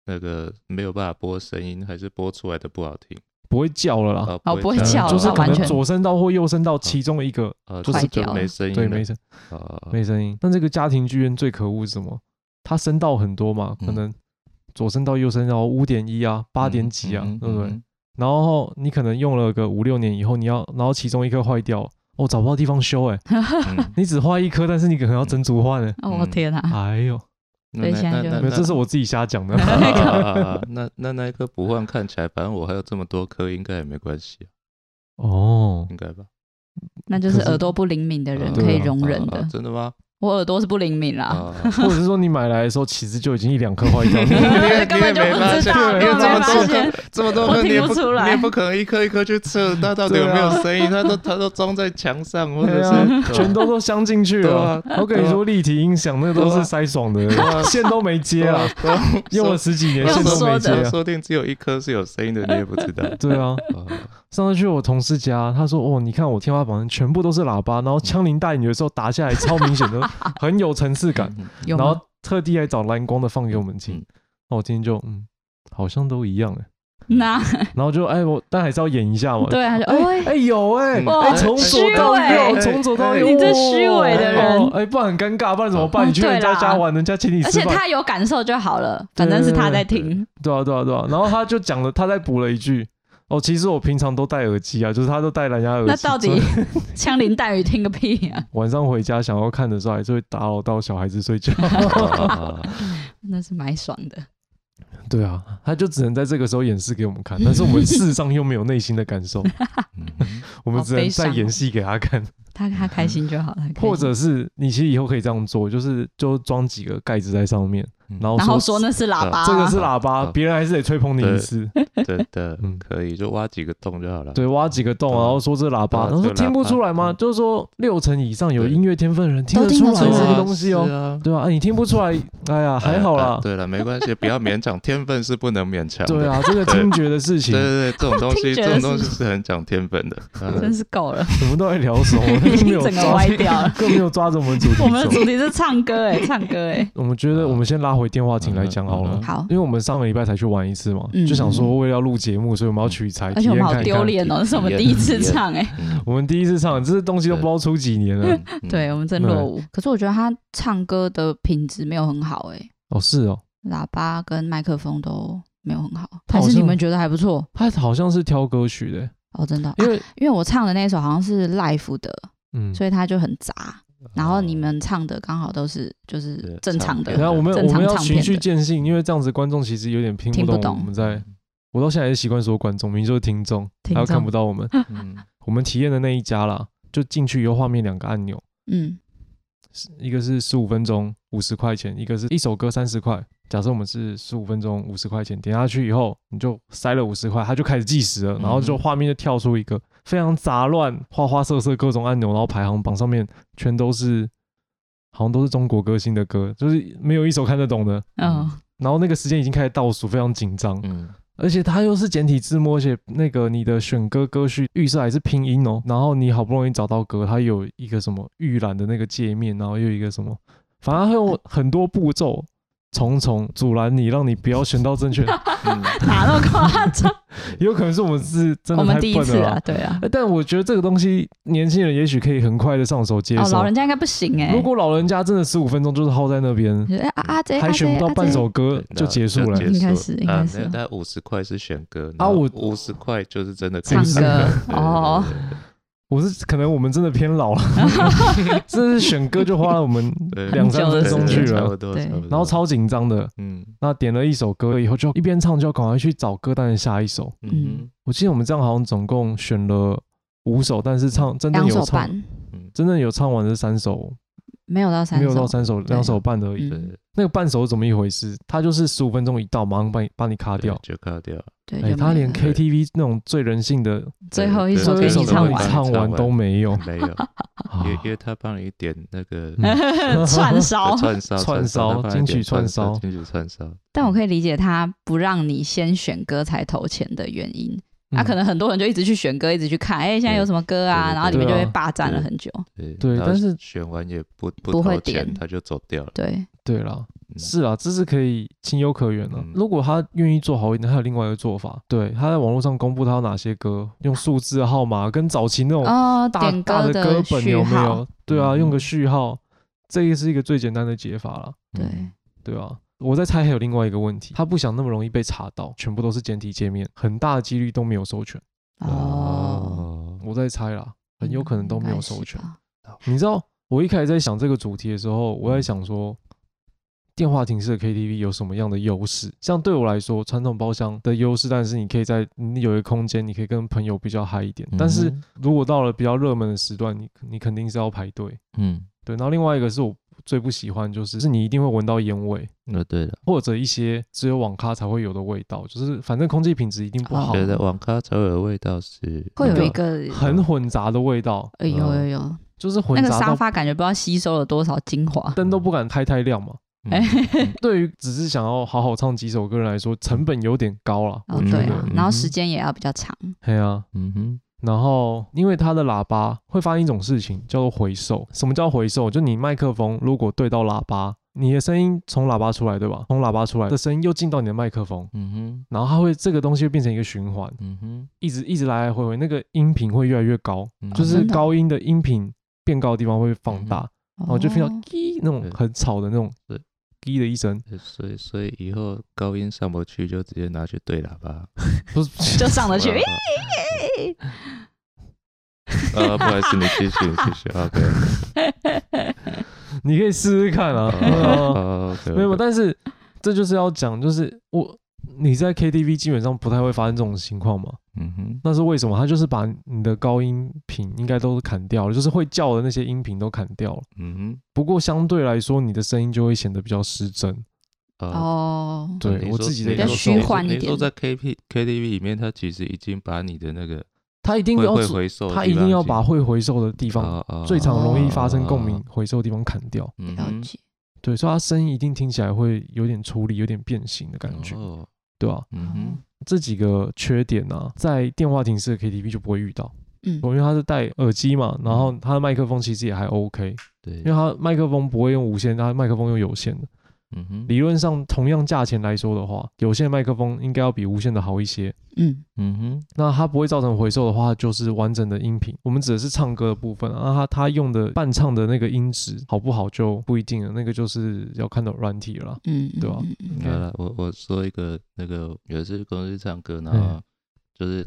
[SPEAKER 3] 那个没有办法播声音，还是播出来的不好听？
[SPEAKER 2] 不会叫了啦，嗯
[SPEAKER 1] 哦不会
[SPEAKER 3] 这
[SPEAKER 1] 叫
[SPEAKER 3] 样
[SPEAKER 1] 了
[SPEAKER 2] 就是可
[SPEAKER 1] 完
[SPEAKER 2] 能
[SPEAKER 1] 全
[SPEAKER 2] 左声道或右声道其中一个，
[SPEAKER 3] 哦
[SPEAKER 2] 就是
[SPEAKER 3] 是
[SPEAKER 1] 坏
[SPEAKER 3] 就
[SPEAKER 1] 掉
[SPEAKER 3] 没
[SPEAKER 1] 了
[SPEAKER 3] 声音
[SPEAKER 2] 对，
[SPEAKER 3] 了，
[SPEAKER 2] 没声
[SPEAKER 3] 哦
[SPEAKER 2] 没声音。但这个家庭剧院最可恶是什么？它声道很多嘛，可
[SPEAKER 3] 嗯
[SPEAKER 2] 能左声道、右声道五点一啊，八点几啊，
[SPEAKER 3] 嗯
[SPEAKER 2] 对不对？？然后你可能用了个五六年以后，你要，然后其中一颗坏掉，哦，找不到地方修哎、
[SPEAKER 3] 嗯嗯嗯
[SPEAKER 2] 你只坏一颗，但是你可能要整组换哎、
[SPEAKER 1] 哦，我
[SPEAKER 3] 嗯
[SPEAKER 1] 天哪！
[SPEAKER 2] 哎 呦，
[SPEAKER 3] 那
[SPEAKER 1] 所以
[SPEAKER 3] 那
[SPEAKER 1] 现在
[SPEAKER 3] 那
[SPEAKER 1] 就
[SPEAKER 3] 那
[SPEAKER 2] 没有，
[SPEAKER 3] 那
[SPEAKER 2] 这是我自己瞎讲的。
[SPEAKER 3] 啊那那那一颗不换看起来，反正我还有这么多颗，应该也没关系，
[SPEAKER 2] 哦，
[SPEAKER 3] 应该吧？
[SPEAKER 1] 那就是
[SPEAKER 2] 可是
[SPEAKER 1] 耳朵不灵敏的人
[SPEAKER 3] 嗯
[SPEAKER 1] 可以
[SPEAKER 2] 对啊
[SPEAKER 1] 容
[SPEAKER 3] 啊
[SPEAKER 1] 忍
[SPEAKER 3] 啊
[SPEAKER 1] 的。
[SPEAKER 3] 真的吗？
[SPEAKER 1] 我耳朵是不灵敏啦，
[SPEAKER 3] 啊，
[SPEAKER 2] 或者是说你买来的时候，其实就已经一两颗坏掉，你
[SPEAKER 3] 你也
[SPEAKER 1] 根本就
[SPEAKER 3] 你也没
[SPEAKER 1] 不知道，
[SPEAKER 3] 发
[SPEAKER 1] 根本
[SPEAKER 3] 现
[SPEAKER 1] 没
[SPEAKER 3] 因为
[SPEAKER 1] 发
[SPEAKER 3] 这么
[SPEAKER 1] 现。
[SPEAKER 3] 这么多
[SPEAKER 1] 我
[SPEAKER 3] 颗你
[SPEAKER 1] 听
[SPEAKER 3] 也
[SPEAKER 1] 不
[SPEAKER 3] 不
[SPEAKER 1] 出来
[SPEAKER 3] 你也不可能一颗一颗去测它到底有没有声音，它都它都装在墙上或者
[SPEAKER 2] 对啊
[SPEAKER 3] 是
[SPEAKER 2] 全都都镶进去了。
[SPEAKER 3] 啊
[SPEAKER 2] 我跟你说，立体音响那都是塞爽的，线都没接啊，
[SPEAKER 3] 对啊
[SPEAKER 2] 用了十几年
[SPEAKER 1] 用
[SPEAKER 2] 线都
[SPEAKER 1] 说
[SPEAKER 2] 没
[SPEAKER 1] 的
[SPEAKER 2] 接啊。
[SPEAKER 3] 说不定只有一颗是有声音的，你也不知道。
[SPEAKER 2] 对啊，
[SPEAKER 3] 哦
[SPEAKER 2] 上次去我同事家，他说：“哦，你看我天花板上全部都是喇叭，然后枪林弹雨的时候打下来超明 显的，很有层次感。
[SPEAKER 3] 嗯
[SPEAKER 1] 有
[SPEAKER 2] 然
[SPEAKER 1] 吗？
[SPEAKER 2] 后特地还找蓝光的放给我们听
[SPEAKER 3] 嗯。
[SPEAKER 2] 那我今天就嗯，好像都一样哎。
[SPEAKER 1] 那
[SPEAKER 2] 然后就哎，我但还是要演一下嘛。
[SPEAKER 1] 对啊，就
[SPEAKER 2] 哎
[SPEAKER 1] 哎，
[SPEAKER 2] 哎有哎，
[SPEAKER 3] 哇
[SPEAKER 2] 哎从左到
[SPEAKER 1] 虚伪
[SPEAKER 2] 右，从左到右，
[SPEAKER 1] 你这虚伪的人
[SPEAKER 2] 哦哎，不然很尴尬，不然怎么办？
[SPEAKER 1] 哦
[SPEAKER 2] 你去人家
[SPEAKER 1] 对啦
[SPEAKER 2] 家玩，人家请你
[SPEAKER 1] 而
[SPEAKER 2] 吃
[SPEAKER 1] 且
[SPEAKER 2] 饭，
[SPEAKER 1] 他有感受就好了，反正是他在听。
[SPEAKER 2] 对啊对啊对啊。然后他就讲了，他再补了一句。哦，其实我平常都戴耳机啊，就是他都戴蓝牙耳机。
[SPEAKER 1] 那到
[SPEAKER 2] 所
[SPEAKER 1] 底
[SPEAKER 2] 以
[SPEAKER 1] 枪林弹雨听个屁啊！
[SPEAKER 2] 晚上回家想要看的时候，还是会打扰到小孩子 睡觉。
[SPEAKER 3] 哦
[SPEAKER 1] 那是蛮爽的。
[SPEAKER 2] 对啊，他就只能在这个时候演示给我们看，但是我 们事实上又没有内心的感受，
[SPEAKER 3] 嗯
[SPEAKER 2] 我们只
[SPEAKER 1] 好
[SPEAKER 2] 能在
[SPEAKER 1] 悲伤哦
[SPEAKER 2] 演戏给他 看，
[SPEAKER 1] 他他开心就好， 他开心
[SPEAKER 2] 或者是你其实以后可以这样做，就是就装几个盖子在上面，
[SPEAKER 3] 嗯啊
[SPEAKER 2] 然后
[SPEAKER 1] 然后说那是喇叭，啊
[SPEAKER 2] 啊这个是喇叭，
[SPEAKER 3] 好
[SPEAKER 2] 别人还是得吹捧你一次，
[SPEAKER 3] 真的
[SPEAKER 2] 嗯
[SPEAKER 3] 可以，就挖几个洞就好了。
[SPEAKER 2] 对，挖几个洞，
[SPEAKER 3] 对
[SPEAKER 2] 然后说这是喇叭，
[SPEAKER 3] 对啊
[SPEAKER 2] 然后说
[SPEAKER 3] 这个喇
[SPEAKER 2] 听
[SPEAKER 3] 叭
[SPEAKER 2] 不出来吗？
[SPEAKER 3] 嗯
[SPEAKER 2] 就是说六成以上有
[SPEAKER 3] 对
[SPEAKER 2] 音乐天分的人听
[SPEAKER 1] 都
[SPEAKER 2] 得出来
[SPEAKER 1] 听得出
[SPEAKER 2] 这
[SPEAKER 1] 来
[SPEAKER 2] 个东西哦，
[SPEAKER 3] 哦。
[SPEAKER 2] 对啊，哎你听不出来，哎呀，还好
[SPEAKER 3] 哎
[SPEAKER 2] 啦，
[SPEAKER 3] 对了，没关系，不要勉强，天分是不能勉强的。
[SPEAKER 2] 对啊，这个
[SPEAKER 3] 对
[SPEAKER 2] 听觉的事情
[SPEAKER 3] 对，啊对对，这种东西，
[SPEAKER 1] 听觉
[SPEAKER 3] 这
[SPEAKER 1] 得
[SPEAKER 3] 种
[SPEAKER 1] 是
[SPEAKER 3] 东西是很讲天分的。嗯
[SPEAKER 1] 真是够 了，
[SPEAKER 2] 我们都在聊什么？
[SPEAKER 1] 已
[SPEAKER 2] 没
[SPEAKER 1] 经
[SPEAKER 2] 有
[SPEAKER 1] 整个
[SPEAKER 2] 抓
[SPEAKER 1] 歪掉了。
[SPEAKER 2] 更没有抓着我们主题走。
[SPEAKER 1] 我们的主题是唱歌哎， 唱歌 哎，
[SPEAKER 2] 我们觉得我们先拉回电话亭来讲好了
[SPEAKER 3] 嗯，
[SPEAKER 1] 好
[SPEAKER 2] 因，为我们上个礼拜才去玩一次嘛，
[SPEAKER 1] 嗯
[SPEAKER 2] 就想说为了要录节目，所以我们要取材，
[SPEAKER 1] 而且我们
[SPEAKER 2] 体验
[SPEAKER 1] 好
[SPEAKER 2] 看一
[SPEAKER 1] 丢
[SPEAKER 2] 看。
[SPEAKER 1] 脸哦，这是我们第一次唱哎，
[SPEAKER 3] 嗯
[SPEAKER 2] 我们第一次唱，这东西都不知道出几年了。
[SPEAKER 3] 嗯嗯
[SPEAKER 1] 对我们真落伍。可是我觉得他唱歌的品质没有很好哎，
[SPEAKER 2] 哦，是哦，
[SPEAKER 1] 喇叭跟麦克风都没有很好，
[SPEAKER 2] 他好像
[SPEAKER 1] 还是你们觉得还不错
[SPEAKER 2] 他好像是挑歌曲的，
[SPEAKER 1] 哦？真的，
[SPEAKER 2] 因为
[SPEAKER 1] 因为我唱的那首好像是 l i f e 的，
[SPEAKER 2] 嗯，
[SPEAKER 1] 所以它就很杂。然后你们唱的刚好都是就是
[SPEAKER 3] 对
[SPEAKER 1] 正常
[SPEAKER 3] 对
[SPEAKER 1] 的
[SPEAKER 2] 然后我们
[SPEAKER 1] 正
[SPEAKER 2] 我
[SPEAKER 1] 常
[SPEAKER 2] 们要
[SPEAKER 1] 唱
[SPEAKER 2] 循
[SPEAKER 1] 片
[SPEAKER 2] 序
[SPEAKER 1] 的，
[SPEAKER 2] 渐进，因为这样子观众其实有点听
[SPEAKER 1] 听不
[SPEAKER 2] 懂我
[SPEAKER 1] 懂
[SPEAKER 2] 们 在。我到现在也习惯说观众，明明就是听众，
[SPEAKER 1] 听
[SPEAKER 2] 还有看
[SPEAKER 1] 众
[SPEAKER 2] 不到我们。
[SPEAKER 3] 嗯
[SPEAKER 2] 我们体验的那一家啦，就进去以后画面两个按钮，
[SPEAKER 1] 嗯
[SPEAKER 2] 一个是十五分钟五十块钱，一个是一首歌三十块。假设我们是十五分钟五十块钱，点下去以后你就塞了五十块，它就开始计时了，然后就
[SPEAKER 3] 嗯
[SPEAKER 2] 画面就跳出一个非常杂乱、花花色色各种按钮，然后排行榜上面全都是好像都是中国歌星的歌，就是没有一首看得懂的。
[SPEAKER 1] 嗯，
[SPEAKER 2] 然后那个时间已经开始倒数，非常紧张，
[SPEAKER 3] 嗯，
[SPEAKER 2] 而且它又是简体字幕，而且那个你的选歌歌序预设还是拼音哦。然后你好不容易找到歌，它有一个什么预览的那个界面，然后又有一个什么，反正它有很多步骤，重重阻拦你，让你不要选到正确。
[SPEAKER 3] 嗯
[SPEAKER 1] 哪那么夸张？
[SPEAKER 2] 也有可能是我们是真
[SPEAKER 1] 我
[SPEAKER 2] 的
[SPEAKER 1] 们
[SPEAKER 2] 太
[SPEAKER 1] 第一
[SPEAKER 2] 笨
[SPEAKER 1] 次
[SPEAKER 2] 了
[SPEAKER 1] 啊
[SPEAKER 2] 啦。，
[SPEAKER 1] 对啊。
[SPEAKER 2] 呃但我觉得这个东西，年轻人也许可以很快的上手接
[SPEAKER 1] 哦，
[SPEAKER 2] 受。
[SPEAKER 1] 老人家应该不行哎。
[SPEAKER 2] 如果老人家真的十五分钟就是耗在那边，
[SPEAKER 1] 你觉得哎啊啊这
[SPEAKER 2] 还
[SPEAKER 1] 啊
[SPEAKER 2] 选不
[SPEAKER 1] 这
[SPEAKER 2] 到
[SPEAKER 1] 啊
[SPEAKER 2] 半
[SPEAKER 1] 这
[SPEAKER 2] 首歌
[SPEAKER 3] 对
[SPEAKER 2] 就结束了
[SPEAKER 3] 就。结
[SPEAKER 1] 应该
[SPEAKER 3] 束
[SPEAKER 1] 是应
[SPEAKER 3] 啊
[SPEAKER 1] 该
[SPEAKER 3] 没有
[SPEAKER 1] 是
[SPEAKER 3] 大概五十块是选歌
[SPEAKER 2] 啊我
[SPEAKER 3] 五十块就是真的
[SPEAKER 1] 唱
[SPEAKER 3] 听
[SPEAKER 1] 歌
[SPEAKER 3] 对
[SPEAKER 1] 哦，
[SPEAKER 2] 我是可能我们真的偏 老了， 这是选歌就花了我们
[SPEAKER 3] 对对对对
[SPEAKER 2] 两三
[SPEAKER 1] 很久
[SPEAKER 2] 分
[SPEAKER 1] 的
[SPEAKER 2] 钟
[SPEAKER 1] 时
[SPEAKER 2] 去
[SPEAKER 1] 间
[SPEAKER 3] 差
[SPEAKER 2] 了，
[SPEAKER 3] 不多，
[SPEAKER 1] 对
[SPEAKER 3] 差不多
[SPEAKER 2] 然后超紧张的。
[SPEAKER 3] 嗯
[SPEAKER 2] 那点了一首歌以后，就一边唱就要赶快去找歌单的下一首。
[SPEAKER 1] 嗯
[SPEAKER 3] 嗯
[SPEAKER 2] 我记得我们这样好像总共选了五首，但是唱真正
[SPEAKER 1] 两
[SPEAKER 2] 有
[SPEAKER 1] 手
[SPEAKER 2] 唱，
[SPEAKER 1] 半，
[SPEAKER 3] 嗯，
[SPEAKER 2] 真正有唱完的是三首，
[SPEAKER 1] 没有到三
[SPEAKER 2] 没
[SPEAKER 1] 首，
[SPEAKER 2] 有到三首，
[SPEAKER 1] 对
[SPEAKER 2] 两首半而已。
[SPEAKER 1] 嗯
[SPEAKER 3] 对，
[SPEAKER 2] 那个半首是怎么一回事？它就是十五分钟一到，马上把你把你卡
[SPEAKER 3] 卡
[SPEAKER 2] 掉。
[SPEAKER 3] 就卡掉，
[SPEAKER 1] 对，
[SPEAKER 2] 哎，
[SPEAKER 1] 就
[SPEAKER 2] 他
[SPEAKER 1] 没
[SPEAKER 2] 连
[SPEAKER 1] 了
[SPEAKER 2] KTV 那种最人性的
[SPEAKER 1] 最后一
[SPEAKER 3] 对
[SPEAKER 1] 首
[SPEAKER 2] 最
[SPEAKER 1] 给
[SPEAKER 2] 后一
[SPEAKER 1] 你
[SPEAKER 2] 首
[SPEAKER 1] 唱
[SPEAKER 2] 歌你
[SPEAKER 1] 完
[SPEAKER 2] 唱完都没有，
[SPEAKER 3] 没有，
[SPEAKER 2] 啊
[SPEAKER 3] 因为因为他帮你点那个
[SPEAKER 1] 串烧。
[SPEAKER 3] 串烧
[SPEAKER 2] 串烧
[SPEAKER 3] 他帮你
[SPEAKER 2] 金
[SPEAKER 3] 点
[SPEAKER 2] 曲串烧
[SPEAKER 3] 金曲串烧，
[SPEAKER 1] 但我可以理解他不让你先选歌才投钱的原因。他、
[SPEAKER 2] 嗯
[SPEAKER 1] 可能很多人就一直去选歌，一直去看，哎、现在有什么歌啊？
[SPEAKER 3] 对对对
[SPEAKER 1] 然后里面就
[SPEAKER 2] 对啊
[SPEAKER 1] 被霸占了很久。
[SPEAKER 3] 对
[SPEAKER 2] 对
[SPEAKER 3] 然后
[SPEAKER 2] 但是
[SPEAKER 3] 选完也不不
[SPEAKER 1] 不会
[SPEAKER 3] 掏钱
[SPEAKER 1] 点
[SPEAKER 3] 他就走掉了，
[SPEAKER 1] 对，
[SPEAKER 2] 对啦，
[SPEAKER 3] 嗯
[SPEAKER 2] 是啊，这是可以情有可原的、
[SPEAKER 3] 嗯
[SPEAKER 2] 如果他愿意做好一点，还有另外一个做法，对，他在网络上公布他有哪些歌，用数字号码跟早期那种
[SPEAKER 1] 哦，
[SPEAKER 2] 大、
[SPEAKER 1] 点
[SPEAKER 2] 大
[SPEAKER 1] 歌
[SPEAKER 2] 的歌本
[SPEAKER 1] 序
[SPEAKER 2] 有没
[SPEAKER 1] 号，
[SPEAKER 2] 有？对啊，
[SPEAKER 3] 嗯
[SPEAKER 2] 用个序号，这个是一个最简单的解法啦，
[SPEAKER 1] 对
[SPEAKER 3] 嗯
[SPEAKER 2] 对啊。我在猜还有另外一个问题，他不想那么容易被查到，全部都是简体界面，很大的几率都没有授权。
[SPEAKER 1] 哦，
[SPEAKER 3] 哦，
[SPEAKER 2] 我在猜啦，很有可能都没有授权
[SPEAKER 1] 应该。是吧
[SPEAKER 2] 你知道我一开始在想这个主题的时候，我在想说，电话亭式的 KTV 有什么样的优势？像对我来说，传统包厢的优势，但是你可以在你有一个空间，你可以跟朋友比较嗨一点。
[SPEAKER 1] 嗯
[SPEAKER 2] 但是如果到了比较热门的时段，你你肯定是要排队。
[SPEAKER 3] 嗯，
[SPEAKER 2] 对，然后另外一个是我最不喜欢，就是是你一定会闻到烟味，
[SPEAKER 3] 那嗯哦对了，
[SPEAKER 2] 或者一些只有网咖才会有的味道，就是反正空气品质一定不
[SPEAKER 1] 啊
[SPEAKER 2] 好，
[SPEAKER 3] 觉得网咖才有的味道是
[SPEAKER 1] 会有一
[SPEAKER 2] 对
[SPEAKER 1] 个，
[SPEAKER 2] 很混杂的味道，
[SPEAKER 1] 哎、
[SPEAKER 3] 哦
[SPEAKER 1] 有有有，
[SPEAKER 2] 就是
[SPEAKER 1] 那
[SPEAKER 2] 混
[SPEAKER 1] 个
[SPEAKER 2] 杂
[SPEAKER 1] 沙
[SPEAKER 2] 到
[SPEAKER 1] 发感觉不知道吸收了多少精华。
[SPEAKER 2] 灯都不敢开太亮嘛。
[SPEAKER 3] 嗯
[SPEAKER 1] 哎、
[SPEAKER 2] 对于只是想要好好唱几首歌来说，成本有点高了，
[SPEAKER 1] 哦
[SPEAKER 2] 我觉
[SPEAKER 1] 对
[SPEAKER 2] 得
[SPEAKER 1] 啊
[SPEAKER 3] 嗯，
[SPEAKER 1] 然后时间也要比较长。
[SPEAKER 2] 嘿啊。
[SPEAKER 3] 嗯哼，
[SPEAKER 2] 然后，因为它的喇叭会发生一种事情，叫做回授。什么叫回授？就你麦克风如果对到喇叭，你的声音从喇叭出来，对吧？从喇叭出来的声音又进到你的麦克风，
[SPEAKER 3] 嗯哼，
[SPEAKER 2] 然后它会这个东西会变成一个循环，
[SPEAKER 3] 嗯哼，
[SPEAKER 2] 一直一直来来回回，那个音频会越来越高，
[SPEAKER 3] 嗯哼，
[SPEAKER 2] 就
[SPEAKER 1] 哦真
[SPEAKER 2] 是
[SPEAKER 1] 的
[SPEAKER 2] 高音的音频变高的地方会放大，然后就听到
[SPEAKER 1] 哦
[SPEAKER 2] 滴那种
[SPEAKER 3] 对
[SPEAKER 2] 很吵的那种
[SPEAKER 3] 对
[SPEAKER 2] 滴的一声，
[SPEAKER 3] 对所以所以以后高音上不去就直接拿去对喇叭，哦
[SPEAKER 2] 不 是
[SPEAKER 1] 就上得 去。
[SPEAKER 3] 啊，不好意思，你继续，你继 续，OK，哦
[SPEAKER 2] 你可以试试看 啊。对啊
[SPEAKER 3] 哦，OK，
[SPEAKER 2] 没有，但是这就是要讲，就是我你在 KTV 基本上不太会发生这种情况嘛。
[SPEAKER 3] 嗯哼，
[SPEAKER 2] 那是为什么？他就是把你的高音频应该都砍掉了，就是会叫的那些音频都砍掉了。
[SPEAKER 3] 嗯
[SPEAKER 2] 不过相对来说，你的声音就会显得比较失真。
[SPEAKER 3] 哼，哦
[SPEAKER 1] 哦，
[SPEAKER 2] 对
[SPEAKER 3] 你
[SPEAKER 2] 我
[SPEAKER 3] 说
[SPEAKER 2] 自己的
[SPEAKER 3] 你
[SPEAKER 2] 感
[SPEAKER 3] 说
[SPEAKER 2] 受
[SPEAKER 1] 比较虚幻一
[SPEAKER 3] 你
[SPEAKER 1] 点
[SPEAKER 3] 说在 K P K T V 里面，它其实已经把你的那个
[SPEAKER 2] 他一定
[SPEAKER 3] 会
[SPEAKER 2] 要
[SPEAKER 3] 会
[SPEAKER 2] 做
[SPEAKER 3] 回收的
[SPEAKER 2] 他
[SPEAKER 3] 地方已
[SPEAKER 2] 一
[SPEAKER 3] 经，
[SPEAKER 2] 定要把会回收的地方，
[SPEAKER 3] 哦哦
[SPEAKER 2] 最常容易发生
[SPEAKER 3] 哦
[SPEAKER 2] 共鸣回收的地方砍掉。
[SPEAKER 3] 嗯
[SPEAKER 1] 了
[SPEAKER 3] 哼
[SPEAKER 1] 解。
[SPEAKER 2] 对，所以他声音一定听起来会有点出力，有点变形的感觉，
[SPEAKER 3] 哦
[SPEAKER 2] 对吧、
[SPEAKER 3] 嗯
[SPEAKER 1] 哦
[SPEAKER 3] 哼，
[SPEAKER 2] 这几个缺点啊，在电话亭式的 KTV 就不会遇到。
[SPEAKER 1] 嗯
[SPEAKER 3] 哦
[SPEAKER 2] 哦因为他是戴耳机嘛，
[SPEAKER 3] 嗯
[SPEAKER 2] 然后他的麦克风其实也还 OK，
[SPEAKER 3] 对
[SPEAKER 2] 因为，他麦克风不会用无线，他麦克风用有线的。
[SPEAKER 3] 嗯哼，
[SPEAKER 2] 理论上同样价钱来说的话，有线麦克风应该要比无线的好一些。
[SPEAKER 1] 嗯，
[SPEAKER 3] 嗯哼，
[SPEAKER 2] 那它不会造成回收的话，就是完整的音频。我们指的是唱歌的部分啊，那它它用的伴唱的那个音质好不好就不一定了，那个就是要看到软体了啦。
[SPEAKER 1] 嗯，
[SPEAKER 3] 啊
[SPEAKER 2] 对吧
[SPEAKER 1] 嗯嗯
[SPEAKER 2] 应该
[SPEAKER 3] 好了，我我说一个那个有一次公司唱歌，然
[SPEAKER 2] 嗯
[SPEAKER 3] 后就是